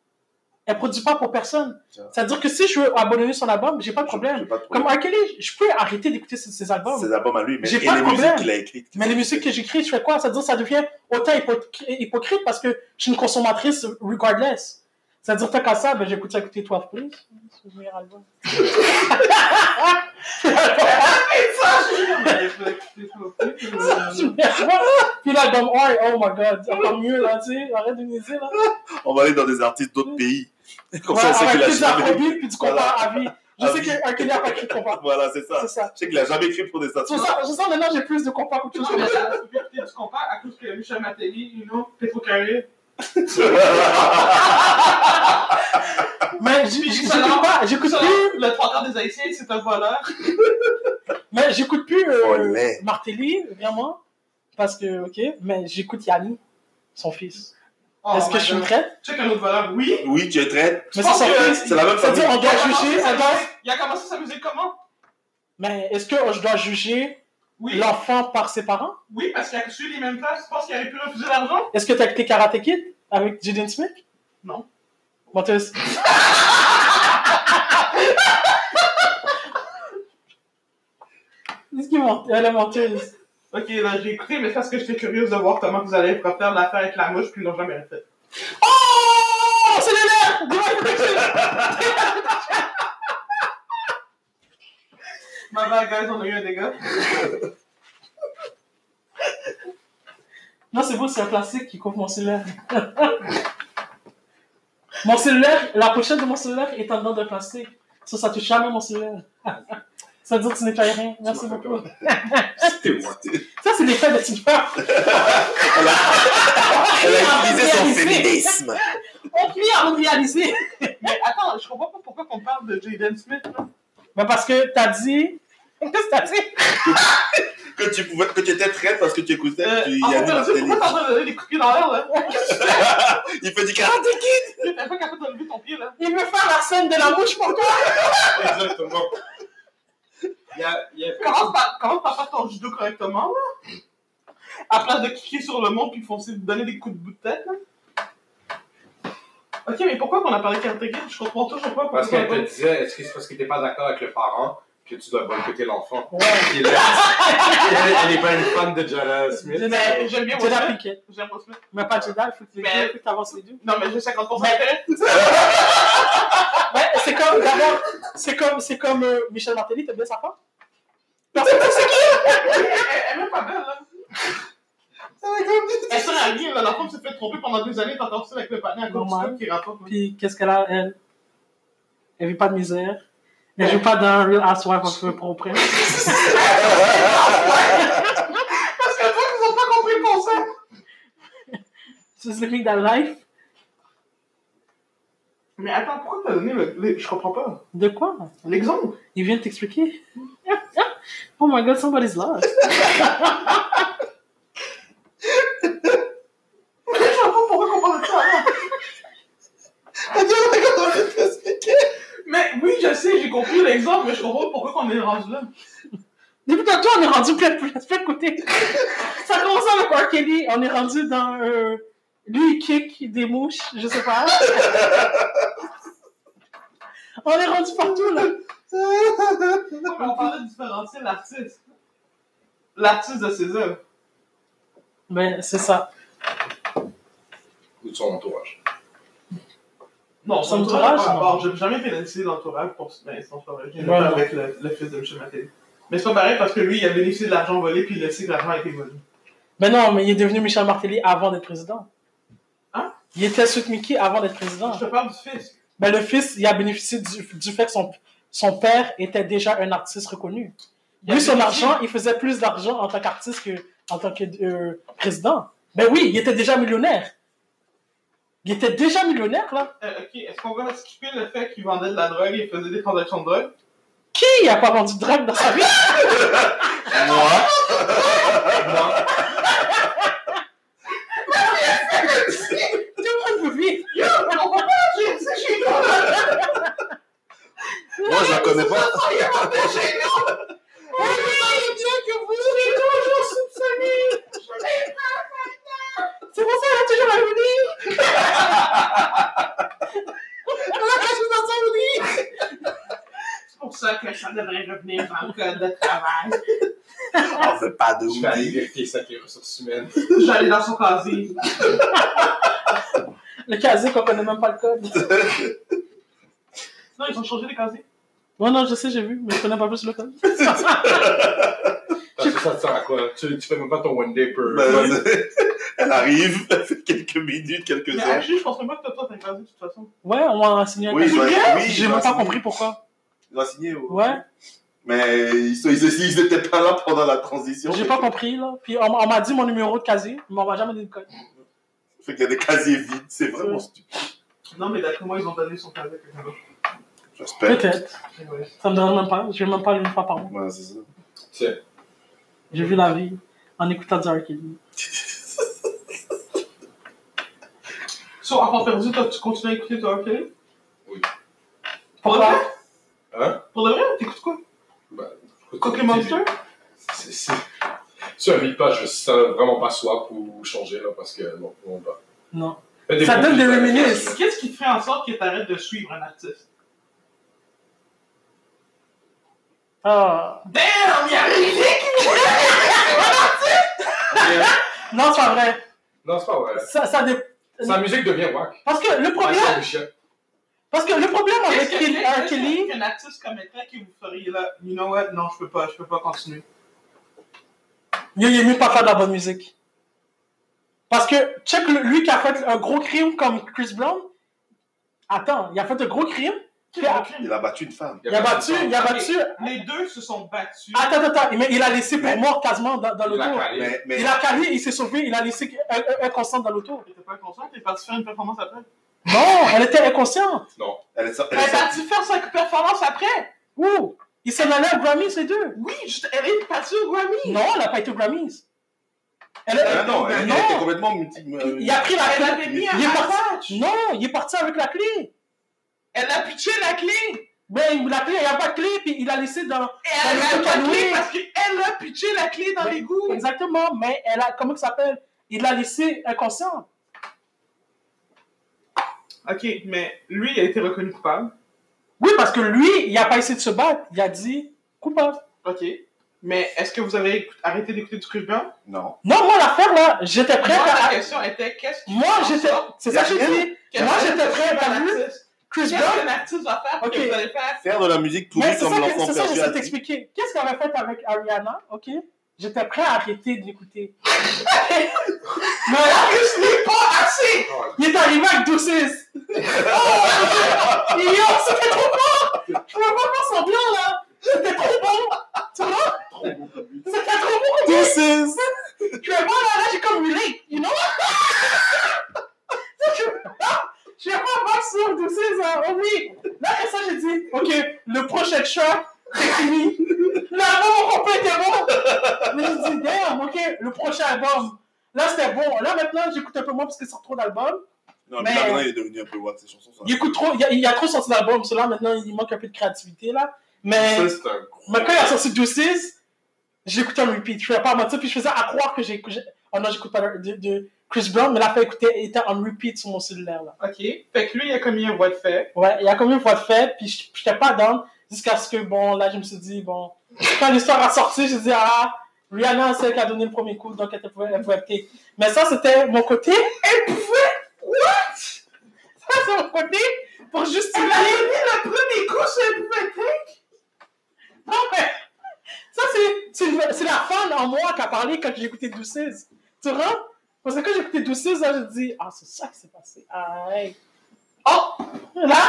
Elle produit pas pour personne. C'est-à-dire que si je veux abandonner son album, j'ai pas de Je- problème. j'ai pas de Comme problème. Hercule, je peux arrêter d'écouter ses, ses albums. Ses albums à lui, mais J'ai et pas de les musiques problème. qu'il a écrites. Mais les musiques que j'écris, je fais quoi Ça, veut dire, ça devient autant hypocri- hypocrite parce que je suis une consommatrice regardless. C'est-à-dire, t'as qu'à ça, ben, j'écoute ça écouter 12 Please. C'est le meilleur album. euh, Puis l'album R, oh my god, encore mieux, là, tu sais, arrête de niaiser, là. *laughs* On va aller dans des artistes d'autres pays. *laughs* Comme ça, on Ouais, sait avec qu'il a plus jamais. *laughs* d'afrobeat, puis du compas à vie. Je À sais vie. qu'un Kelly a pas écrit de compas. Voilà, c'est ça. C'est ça. Je sais qu'il a jamais écrit pour des C'est pour artistes. ça, je sens maintenant j'ai plus de compas qu'autre chose. Tu compares à cause que Michel Matéli, Uno, Petro Carré, Ah, Mais j'ai- j'ai- j'écoute pas, j'écoute Ça, plus, le trois quarts des Haïtiens, c'est un voleur. mais j'écoute plus euh, Olé. Martelly, vraiment, parce que, ok, mais j'écoute Yanni, son fils. Oh Est-ce que my je suis God. prête? Check un autre voleur, oui. *laughs* Oui, tu es Mais traite. Je c'est pense son que- fils. C'est la même famille. C'est-à-dire, on Il a doit commencé juger, sa on doit- musique- Il a commencé sa musique comment Mais est-ce que je dois juger Oui. l'enfant par ses parents? Oui, parce qu'il a reçu les mêmes places. Tu penses qu'il aurait pu refuser l'argent Est-ce que t'as écouté Karate Kid avec Jaden Smith? Non. Bon, t'as- *laughs* Qu'est-ce qu'il ment? Elle est menteuse. Ok, là, j'ai écouté, mais c'est parce que j'étais curieuse de voir comment vous allez refaire l'affaire avec la mouche, puis ils l'ont jamais refait. Oh! C'est les nerfs! Divine Protection! Ma bad, guys, on a eu un dégât. Non, c'est beau, c'est un plastique qui couvre mon cellulaire. *laughs* mon cellulaire, la pochette de mon cellulaire est en dedans de plastique. Ça, ça touche jamais mon cellulaire. *laughs* ça veut dire que tu nettoies rien. Merci m'as fait beaucoup. C'était moi. Ça, c'est l'effet de Tinder. Elle a utilisé son Réalisé. féminisme. On finit à me réaliser. Mais attends, je comprends pas pourquoi qu'on parle de Jaden Smith, là. Ben parce que t'as dit. *laughs* Qu'est-ce que t'as dit? Que tu pouvais, que tu étais traite parce que tu écoutais Euh, tu en fait, Yannick Mathieu, pourquoi t'es en Martelly. train de donner des coups de pied dans l'air, là Il fait du karaté T'es pas capable de lever ton pied, là. Il veut faire la scène de la mouche, pourquoi? Exactement. Il y a, il y a *laughs* Commence par, commence par faire ton judo correctement, là. À place de cliquer sur le mot puis foncer, donner des coups de bout de tête, là. Ok, mais pourquoi qu'on a parlé Karate Kid Je comprends toujours pas pourquoi. Parce qu'elle te on- disait, est-ce que c'est parce que t'es pas d'accord avec le parent que tu dois boycotter l'enfant? Ouais. Puis là, elle, elle est pas une fan de Jada Smith. Mais j'aime bien Will Jada Smith. Pinkett. J'aime Will Smith. Mais pas Jada, il faut que tu Mais- il faut que t'avances les deux. Non, mais j'ai 50% *laughs* d'intérêt. Ouais, c'est comme, d'abord, c'est comme, c'est comme euh, Michel Martelly, t'aimes bien sa femme? Personne ne sait qui! Elle elle est même pas belle, là. Elle sert à rien, là. La femme s'est fait tromper pendant des années, t'as encore ça avec le panier à cause du Normal. truc qui rapporte. là. Puis qu'est-ce qu'elle a, elle? Elle vit pas de misère. Elle joue pas dans Real Housewives of Port-au-Prince. Parce que toi, ils ont pas compris le concept. She's living that life. Mais attends, pourquoi t'as donné le. le- Je comprends pas. De quoi? L'exemple. Il vient de t'expliquer? *laughs* oh my god, somebody's lost. Je comprends pas pourquoi qu'on parle de ça avant. Mais oui, je sais, j'ai compris l'exemple, mais je comprends pas pourquoi qu'on est rendu là. Depuis tantôt, on est rendu plein de plein de côté. Ça commence avec R. Kelly, on est rendu dans. euh, lui, il kick des mouches, je sais pas. *laughs* on est rendu partout, là. Non, mais on parlait de différencier l'artiste. L'artiste de ses œuvres. Mais Ben, c'est ça. Ou de son entourage. Non, Son son entourage, entourage, à non. part. J'ai jamais pénalisé l'entourage pour ce mais sans problème. J'ai Ouais, pas non. avec le, le fils de M. Maté. Mais c'est pas pareil parce que lui, il a bénéficié de l'argent volé puis il a su que l'argent a été volé. Mais non, mais il est devenu Michel Martelly avant d'être président. Hein? Il était sous Mickey avant d'être président. Je te parle du fils. Ben, le fils, il a bénéficié du, du fait que son, son père était déjà un artiste reconnu. Il a Lui, son bénéficié- argent, il faisait plus d'argent en tant qu'artiste que en tant que euh, président. Ben oui, il était déjà millionnaire. Il était déjà millionnaire, là. Euh, ok, est-ce qu'on va skipper le fait qu'il vendait de la drogue et faisait des transactions de drogue Qui a pas vendu de drague dans sa vie? *laughs* Moi, Tout le monde veut vivre. J'ai- C'est chez nous moi je la connais pas. Oui, bien que vous serez toujours soupçonnés. C'est pour ça qu'elle a toujours la venir. Elle a caché dans sa venue. C'est pour ça que ça devrait revenir dans le code de travail. *laughs* On veut pas de Je vais aller oui. vérifier ça avec les ressources humaines. J'allais dans son casier. Le casier qu'on connaît même pas le code. Non, ils ont changé les casiers. Non, non, je sais, j'ai vu, mais je connais pas plus le code. Parce que ça te sert à quoi? Tu, tu fais même pas ton one day per. Ben, *laughs* elle arrive, *laughs* elle fait quelques minutes, quelques Mais heures. Archie, je pense même pas que t'as toi, t'as un casier de toute façon. Ouais, on m'a enseigné un Oui, casier. ouais, oui, J'ai il même m'a pas enseigné. compris pourquoi. Ils ont signé. au- Ouais. Mais ils sont- ils n'étaient pas là pendant la transition. J'ai pas compris, là. Puis on, on m'a dit mon numéro de casier, mais on m'a jamais donné le code. Fait qu'il y a des casiers vides. C'est vraiment stupide. Non, mais d'après moi, ils ont donné son casier à quelqu'un d'autre. J'espère. Peut-être. Mais ouais. Ça me donne même pas. Je vais même pas une fois par mois. Ouais, c'est ça. Tiens. J'ai vu la vie en écoutant du R. Kelly. So, à part perdu, toi, tu continues à écouter toi, ok? Oui. Pour de vrai? Hein? Pour de vrai? T'écoutes quoi? Cookie Monster? C'est- c'est- Sur un beat pas, je sais vraiment pas swap ou changer là parce que non, on va. Non. Fais des Ça donne des bons beats, reminiscences. Qu'est-ce qui te fait en sorte que t'arrêtes de suivre un artiste? Ah. Damn, y'a rien! Non, c'est pas vrai. Non, c'est pas vrai. Ça, ça dé- Sa musique devient wack. Parce que le problème, parce que le problème avec Qu'est-ce Kelly- R. que- Kelly, qu'est-ce qu'un artiste commettrait que vous feriez là? You know what? Non, je peux pas, je peux pas continuer. Yo, il est mieux pas faire de la bonne musique. Parce que, check, le- lui qui a fait un gros crime comme Chris Brown, attends, il a fait un gros crime, il a, Il a battu une femme. il a battu, il a battu, Les deux se sont battus. attends, attends, attends, mais il a laissé pour mort quasiment dans, dans Il a l'auto. calé. Mais, mais Il a calé, il s'est sauvé, il a laissé un- un- inconsciente dans l'auto. T'étais pas conscient, t'es parti faire une performance après. Non, elle était inconsciente. elle est sortie. Elle est partie Ben, faire sa performance après! Ouh, ils s'en allaient à Grammys les deux. Oui, juste, elle est partie au Grammy! Non, elle n'a pas été aux Grammys. Elle, elle- Ah non, elle, elle non. était complètement multi. euh, il a pris la Elle avait mis un Il est parti. patch. Non, il est parti avec la clé. Elle a pitché la clé! Ben, la clé, il n'y a pas de clé, puis il l'a laissé dans. Et elle Elle a pas de a clé joué. parce qu'elle a pitché la clé dans Oui. les goûts! Exactement, mais elle a, comment ça s'appelle Il l'a laissé inconscient. Ok, mais lui, il a été reconnu coupable. Oui, parce que lui, il n'a pas essayé de se battre. Il a dit coupable. Ok. Mais est-ce que vous avez écout- arrêté d'écouter du Chris Brown? Non. Non, moi, l'affaire, là, j'étais prêt Moi, la à. question était qu'est-ce que. Moi, j'étais. C'est ça que j'ai dit. Moi, j'étais prêt à lui. Chris Qu'est-ce Brown. qu'un artiste va faire Ok. que vous allez faire? Faire de la musique Mais pourrie c'est ça, comme que- l'enfant c'est ça que perdu. j'essaie a de dit. t'expliquer. Qu'est-ce qu'on avait fait avec Ariana, ok J'étais prêt à arrêter *laughs* de l'écouter. mais Je n'ai pas assez! Oh, il est arrivé avec Douces. oh, mon Dieu. Et yo, c'était trop bon Je peux pas faire semblant, là C'était trop bon Tu vois C'était trop bon Douces. Je vais voir, là, là, j'ai comme relate, you know Je vais pas voir sur Douces, hein Oh oui Là, après ça, j'ai dit, OK, le prochain chat, c'est fini L'album au complet était bon Mais j'ai dit, damn, OK, le prochain album Là, c'était bon. Là, maintenant, j'écoute un peu moins parce qu'il sort trop d'albums. Non, Mais- mais là, maintenant, il est devenu un peu what ces chansons. ça. Il écoute trop, il a, il a trop sorti d'albums, cela maintenant il manque un peu de créativité là. Mais, Ça, c'est un gros. mais quand il a sorti Deuces, j'écoutais en repeat. Je faisais pas mentir, puis je faisais à croire que j'ai. que j'ai- Oh non, j'écoute pas de, de- de Chris Brown, mais la fait écouter était en repeat sur mon cellulaire là. Ok. Fait que lui, il a commis un voie de fait. Ouais, il y a combien de fois de fait, puis je- j'étais pas down jusqu'à ce que bon, là je me suis dit, bon, quand l'histoire a sorti, j'ai dit, ah, Rihanna, c'est elle qui a donné le premier coup, donc elle te pouvait, elle pouvait piquer. Mais ça, c'était mon côté. Elle pouvait. What? Ça, c'est mon côté pour justifier. le premier coup, c'est un Non, mais ça, c'est- c'est le- c'est la fan en moi qui a parlé quand j'ai écouté Douceuse. Tu vois? Parce que quand j'ai écouté Douceuse, là, j'ai dit, ah, c'est ça qui s'est passé. Ah, hey. Oh! Là,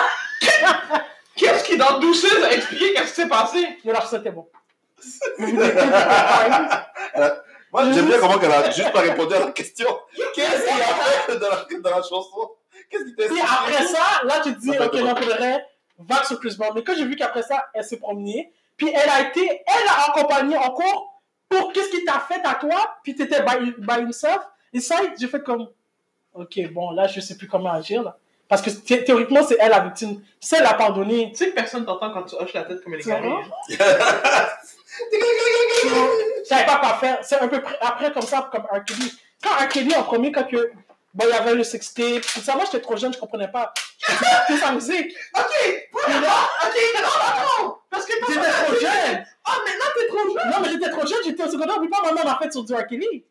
Qu'est-ce qui, dans douceuse, a expliqué qu'est-ce qui s'est passé? le larcin était bon. *laughs* Qu'est-ce Moi, j'aime bien comment qu'elle a juste pas répondu à *laughs* la question. Qu'est-ce qu'il a fait dans la, dans la chanson Qu'est-ce qu'il t'a Puis après *laughs* ça, là, tu te dis, Ça fait ok, drôle. non, pour le reste, vague sur Chris Brown. Mais quand j'ai vu qu'après ça, elle s'est promenée, puis elle a été, elle a accompagné encore pour qu'est-ce qui t'a fait à toi, puis t'étais by, by himself. Et ça, j'ai fait comme, ok, bon, là, je sais plus comment agir, là. Parce que thé- théoriquement, c'est elle la victime. C'est la pardonnée. Tu sais que personne t'entend quand tu hoches la tête comme les Tu vois? gars. Je savais pas quoi faire. C'est un peu pr- après comme ça, comme R. Kelly. Quand R. Kelly, en premier, quand que, bon, il y avait le sextape, tout ça, moi, j'étais trop jeune, je comprenais pas. J'ai sa musique. Ok! Puis là, Ok, non, non, non! Parce que quand J'étais trop jeune. Ah, maintenant t'es trop jeune! Non, mais j'étais trop jeune, j'étais au secondaire, mais pas maman m'a fait sur du R. Kelly.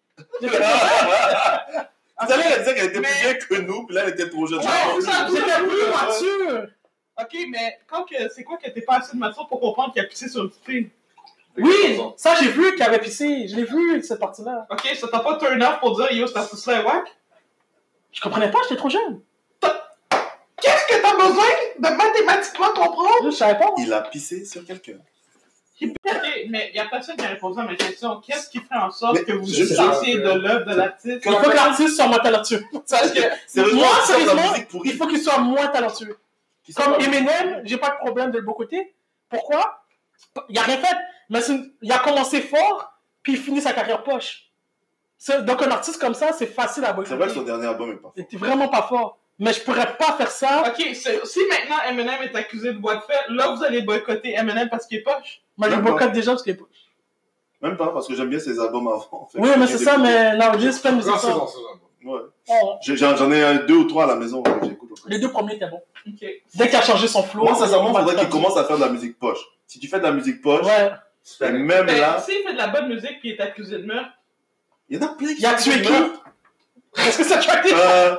J'étais trop jeune. Tout à l'heure, elle disait qu'elle était plus Mais- vieille que nous, puis là, elle était trop jeune. Ouais, Genre, c'est ça, J'étais plus Ouais. mature. Ok, mais quand que c'est quoi que t'es pas assez de mature pour comprendre qu'il a pissé sur une petite fille? Oui, ça, j'ai vu qu'il avait pissé. Je l'ai vu, cette partie-là. Ok, ça t'a pas turn off pour dire yo, cette astuce-là est whack? Je comprenais pas, j'étais trop jeune. Qu'est-ce que t'as besoin de mathématiquement comprendre? Je savais pas. Il a pissé sur quelqu'un. Ok, mais y a personne qui a répondu à ma question. Qu'est-ce qui fait en sorte Mais que vous je- dissociez de l'œuvre de l'artiste? Il faut que l'artiste soit moins talentueux. Parce que Sérieusement, Moi, il sort de la sérieusement, musique pourrie. il faut qu'il soit moins talentueux. Il sort de Comme la musique Eminem, j'ai pas de problème de le beau côté. Pourquoi Il a rien fait. Mais c'est une- il a commencé fort, puis il finit sa carrière poche. C'est- Donc un artiste comme ça, c'est facile à pourrie. C'est vrai que boycotter. son dernier album est pas. Il était vraiment pas fort. Mais je pourrais pas faire ça. Ok, c'est- si maintenant Eminem est accusé de bois de fait, là vous allez boycotter Eminem parce qu'il est poche. Mais je D'accord. boycotte déjà parce qu'il est pas. Même pas, parce que j'aime bien ses albums avant. en fait. Oui, mais c'est J'ai ça, des- mais là, juste plein de musique. Non, c'est ça. bon, c'est bon. Ouais. Oh, J'ai- J'en j'en ai euh, deux ou trois à la maison. ouais, que j'écoute. Les deux premiers étaient bons. Ok. Dès qu'il a changé son flow. Moi, sincèrement, on il faudrait va qu'il commence à faire de la musique poche. Si tu fais de la musique poche, Ouais. et même Ben, là, s'il fait de la bonne musique puis il est accusé de meurtre, il y en a plein qui Il a tué *laughs* qui Est-ce que ça tu as dit Euh,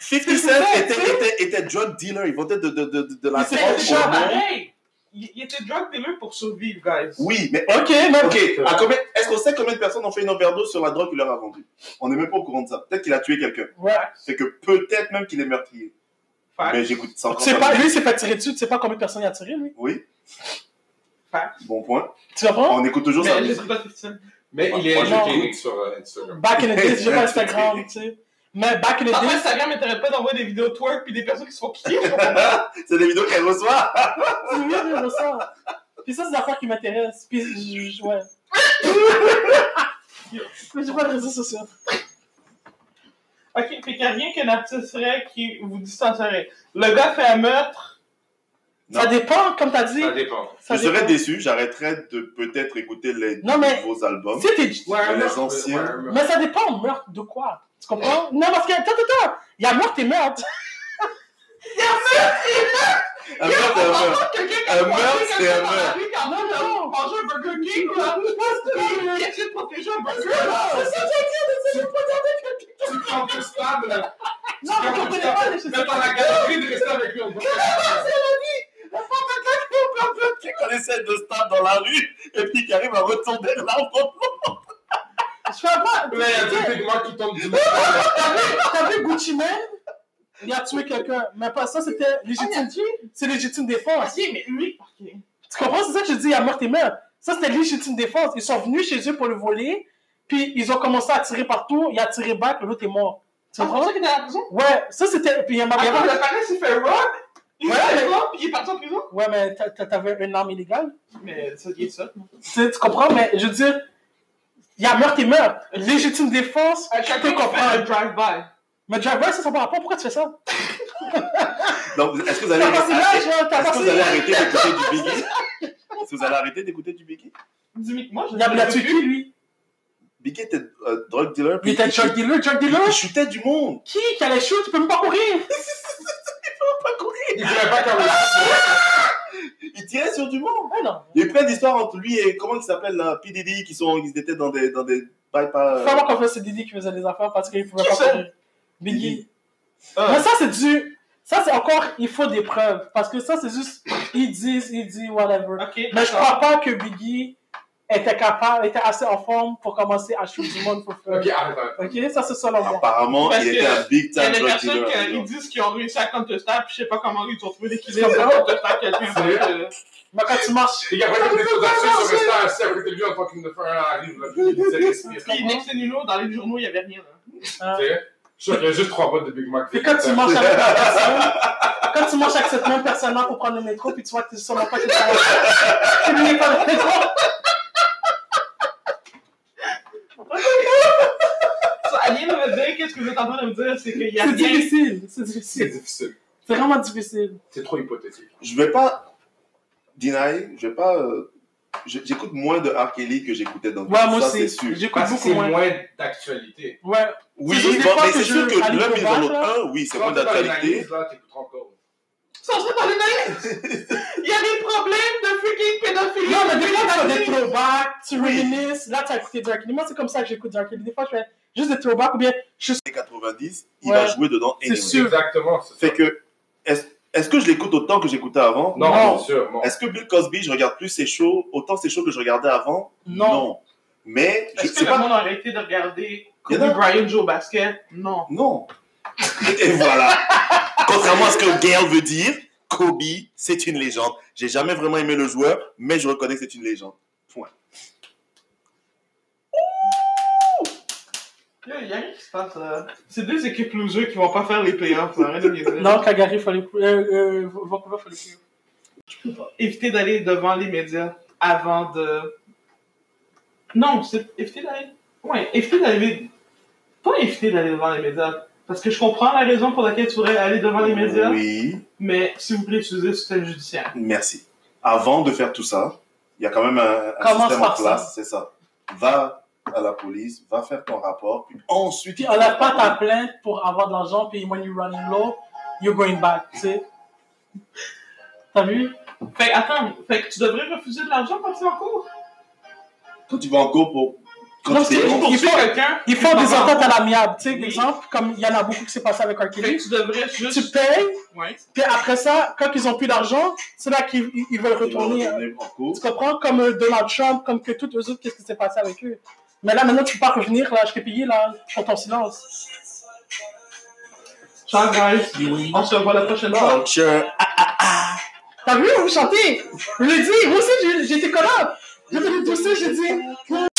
50 Cent C'est était, vrai, était, était drug dealer, il vendait de, de, de, de, de la Il s'est drogue. fait au déjà monde. pareil! Il, il était drug dealer pour survivre, guys. Oui, mais oh, Ok, mais. ok, à combien- est-ce qu'on sait combien de personnes ont fait une overdose sur la drogue qu'il leur a vendue On n'est même pas au courant de ça. Peut-être qu'il a tué quelqu'un. Ouais. C'est que peut-être même qu'il est meurtrier. Fact. Mais j'écoute ça Tu encore. sais pas. pas, lui, il s'est fait tirer dessus, tu sais pas combien de personnes il a tiré, lui. Oui. Fact. Bon point. Tu comprends? On écoute toujours ça. Mais je suis pas victime. Mais il est Moi, j'écoute. educating sur euh, Instagram. Back in the days, j'ai pas *laughs* Instagram, tu sais. Mais back in the Après, days, Instagram m'intéresse pas d'envoyer des vidéos twerk puis des personnes qui se font kicker. *laughs* C'est des vidéos qu'elle reçoit. c'est mieux de ça. Puis ça, c'est des affaires qui m'intéressent. Puis, je- je- *laughs* ouais. Mais j'ai pas de réseaux sociaux. ok, fait qu'il y a rien qu'un artiste ferait qui vous distancerait. Le gars fait un meurtre, Ça dépend, comme t'as dit. Ça dépend. ça je serais dépend. déçu, j'arrêterais de peut-être écouter les Non, mais- nouveaux albums. Si t'es- Ouais, un les meurtre, anciens. ouais, un meurtre. Mais ça dépend, meurtre de quoi? Tu comprends? Non, parce que, attends, attends, attends. Il y a meurtre et meurtre. Un meurtre, un meurtre. quelqu'un qui Un a meurtre, mangé c'est un quelqu'un dans la meurtre. rue, qui a mangé un- mangé un Burger King, *laughs* là. Qui a essayé de protéger un burger, là. Tu le prends plus stable. Non, mais comprenez pas les choses. Mets dans la galerie de rester avec lui. on va- Qui connaissait de stars dans la rue et puis qui arrive à retourner l'arbre. Je fais pas. Là, il y a des pigments qui tombent du mur. T'as vu- T'as vu Gucci Mane? Il a tué quelqu'un. Mais pas ça, c'était légitime. C'est légitime défense. Ok, mais lui, ok. Tu comprends? C'est ça que je dis, il y a mort et meurt. Ça, c'était légitime défense. Ils sont venus chez eux pour le voler, puis ils ont commencé à tirer partout, il a tiré back, l'autre est mort. Tu Ah, c'est Ah, pour comprends? ça qu'il est à la prison? Ouais, ça c'était. Puis il y a ma Attends, mère. le panneau s'est fait rob, il Ouais, s'est fait mais- rob, puis il est parti en prison. Ah, Ouais, mais t'a- t'a- t'avais une arme illégale. Mais ça, il est ça. Tu, sais, tu comprends? Mais je veux dire, il y a meurtre et meurt. Légitime défense, je peux un comprendre. drive-by. Mais driver, ça, ça va pas. Pourquoi tu fais ça? Donc, est-ce que vous allez T'as passé l'âge, hein, t'as Euh, Est-ce que passé vous allez l'âge. arrêter d'écouter du Biggie Est-ce que vous allez arrêter d'écouter du Biggie Dis-moi, moi, je Il a il a tué qui, lui? Biggie était euh, drug dealer. Il puis était drug dealer, drug dealer? Il chutait du monde. Qui qui allait shoot? Tu peux même pas courir! Il dirait pas comme Il tirait sur du monde. Ah non! Il y a eu plein d'histoires entre lui et comment il s'appelle là, P Diddy, qui sont, ils étaient dans des, dans des euh, Faut avoir bypass. confiance, c'est Didi qui faisait les affaires parce qu'il pouvait Qui pas ça? courir. Biggie. Ah. Mais ça, c'est du. Ça, c'est encore. Il faut des preuves. Parce que ça, c'est juste. Ils disent, ils disent, whatever. Ok, Mais je crois pas que Biggie était capable, était assez en forme pour commencer à shooter du monde pour faire. Ok, arrête, arrête. Ok, Ah, ça, c'est selon moi. Apparemment, Parce il était que un big Il y a time des drug personnes dealer. qui genre. ils disent qu'ils ont réussi à counter-stab, puis je sais pas comment ils ont trouvé l'équilibre de counter-stab quelqu'un. Sérieux? Euh, Mais quand tu marches. Les gars, quand il y a des audacieux sur Insta, assis à côté de lui en tant qu'il me fait un arrive, là, puis il disait respire. Tu Puis Next Nuno, dans les journaux, il y avait rien. là. hein. sais, je suis sûr qu'il y a juste trois bottes de Big Mac. Puis quand tu marches avec la personne. Quand tu marches avec cette même personne-là pour prendre le métro, puis tu vois que tu es sûrement pas que tu vas- Tu lui pas le métro. Ça, Agnès me dire, qu'est-ce que vous êtes en train de me dire, c'est qu'il y a C'est rien. difficile. C'est C'est difficile. difficile. C'est vraiment difficile. C'est trop hypothétique. Je vais pas deny, je vais pas. euh, je- J'écoute moins de R. Kelly que j'écoutais dans Ouais, moi ça, c'est aussi. sûr. J'écoute Parce que beaucoup c'est moins. moins d'actualité. Ouais. Oui, C'est juste des bon, fois mais que c'est je- sûr que à l'un niveau mise dans bas, l'autre là. un, oui, c'est Quand moins t'es dans d'actualité. l'analyse, là, t'écouteras encore. sont venus par les naïfs. Il y a des problèmes de freaking pédophilie. Non, mais des fois, t'as des throwbacks, tu reminisces. Là, t'as écouté Dark Ellie. Moi, c'est comme ça que j'écoute Dark Ellie. Des fois, je fais juste des throwbacks ou bien je suis. Les 90, il Ouais. va jouer dedans. C'est anyway. sûr. Exactement, c'est Fait ça. que, est-ce est-ce que je l'écoute autant que j'écoutais avant Non, Non. bien sûr, non. Est-ce que Bill Cosby, je regarde plus ses shows, autant ses shows que je regardais avant Non. Mais, je Est-ce que sais le pas. monde aurait arrêté de regarder Il y en Kobe a- Bryant Joe Basket? Non. Non. *laughs* Et voilà. Contrairement à ce que Gail veut dire, Kobe, c'est une légende. J'ai jamais vraiment aimé le joueur, mais je reconnais que c'est une légende. Il y a rien qui se passe là. C'est deux équipes losers qui vont pas faire les playoffs. là. Rien de niaiser. Non, Calgary, fallait. Euh, euh, Vancouver, fallait. éviter d'aller devant les médias avant de. Non, c'est éviter d'aller. Ouais, éviter d'aller. Pas éviter d'aller devant les médias. Parce que je comprends la raison pour laquelle tu voudrais aller devant les médias, Oui, mais s'il vous plaît, utilisez le système judiciaire. merci. Avant de faire tout ça, il y a quand même un, un Commence système en par ça. place, c'est ça. Va à la police, va faire ton rapport, puis ensuite. Puis on n'a pas ta plainte pour avoir de l'argent, puis when you're running low, you're going back, tu sais. T'as vu? Fait que, attends, fait que tu devrais refuser de l'argent quand tu es en cours. Quand tu vas en cours pour. Quand Non, tu c'est es- bon. Pour il tuer faut- quelqu'un, Ils font des ententes à l'amiable, tu sais, Oui. exemple, comme il y en a beaucoup qui s'est passé avec fait Arkeli. que tu devrais juste. Tu payes, Ouais. puis après ça, quand ils ont plus d'argent, c'est là qu'ils ils- ils veulent tu vas retourner. hein. retourner en cours. Tu comprends? Comme euh, Donald Trump, comme que toutes les autres, qu'est-ce qui s'est passé avec eux. Mais là, maintenant, tu peux pas revenir, là, je t'ai payé, là, pour ton silence. Ciao, guys. On se revoit la prochaine fois. Culture. T'as vu, vous chantez? Je l'ai dit, moi aussi, j'ai- j'étais collab. J'ai fait une poussée, j'ai dit,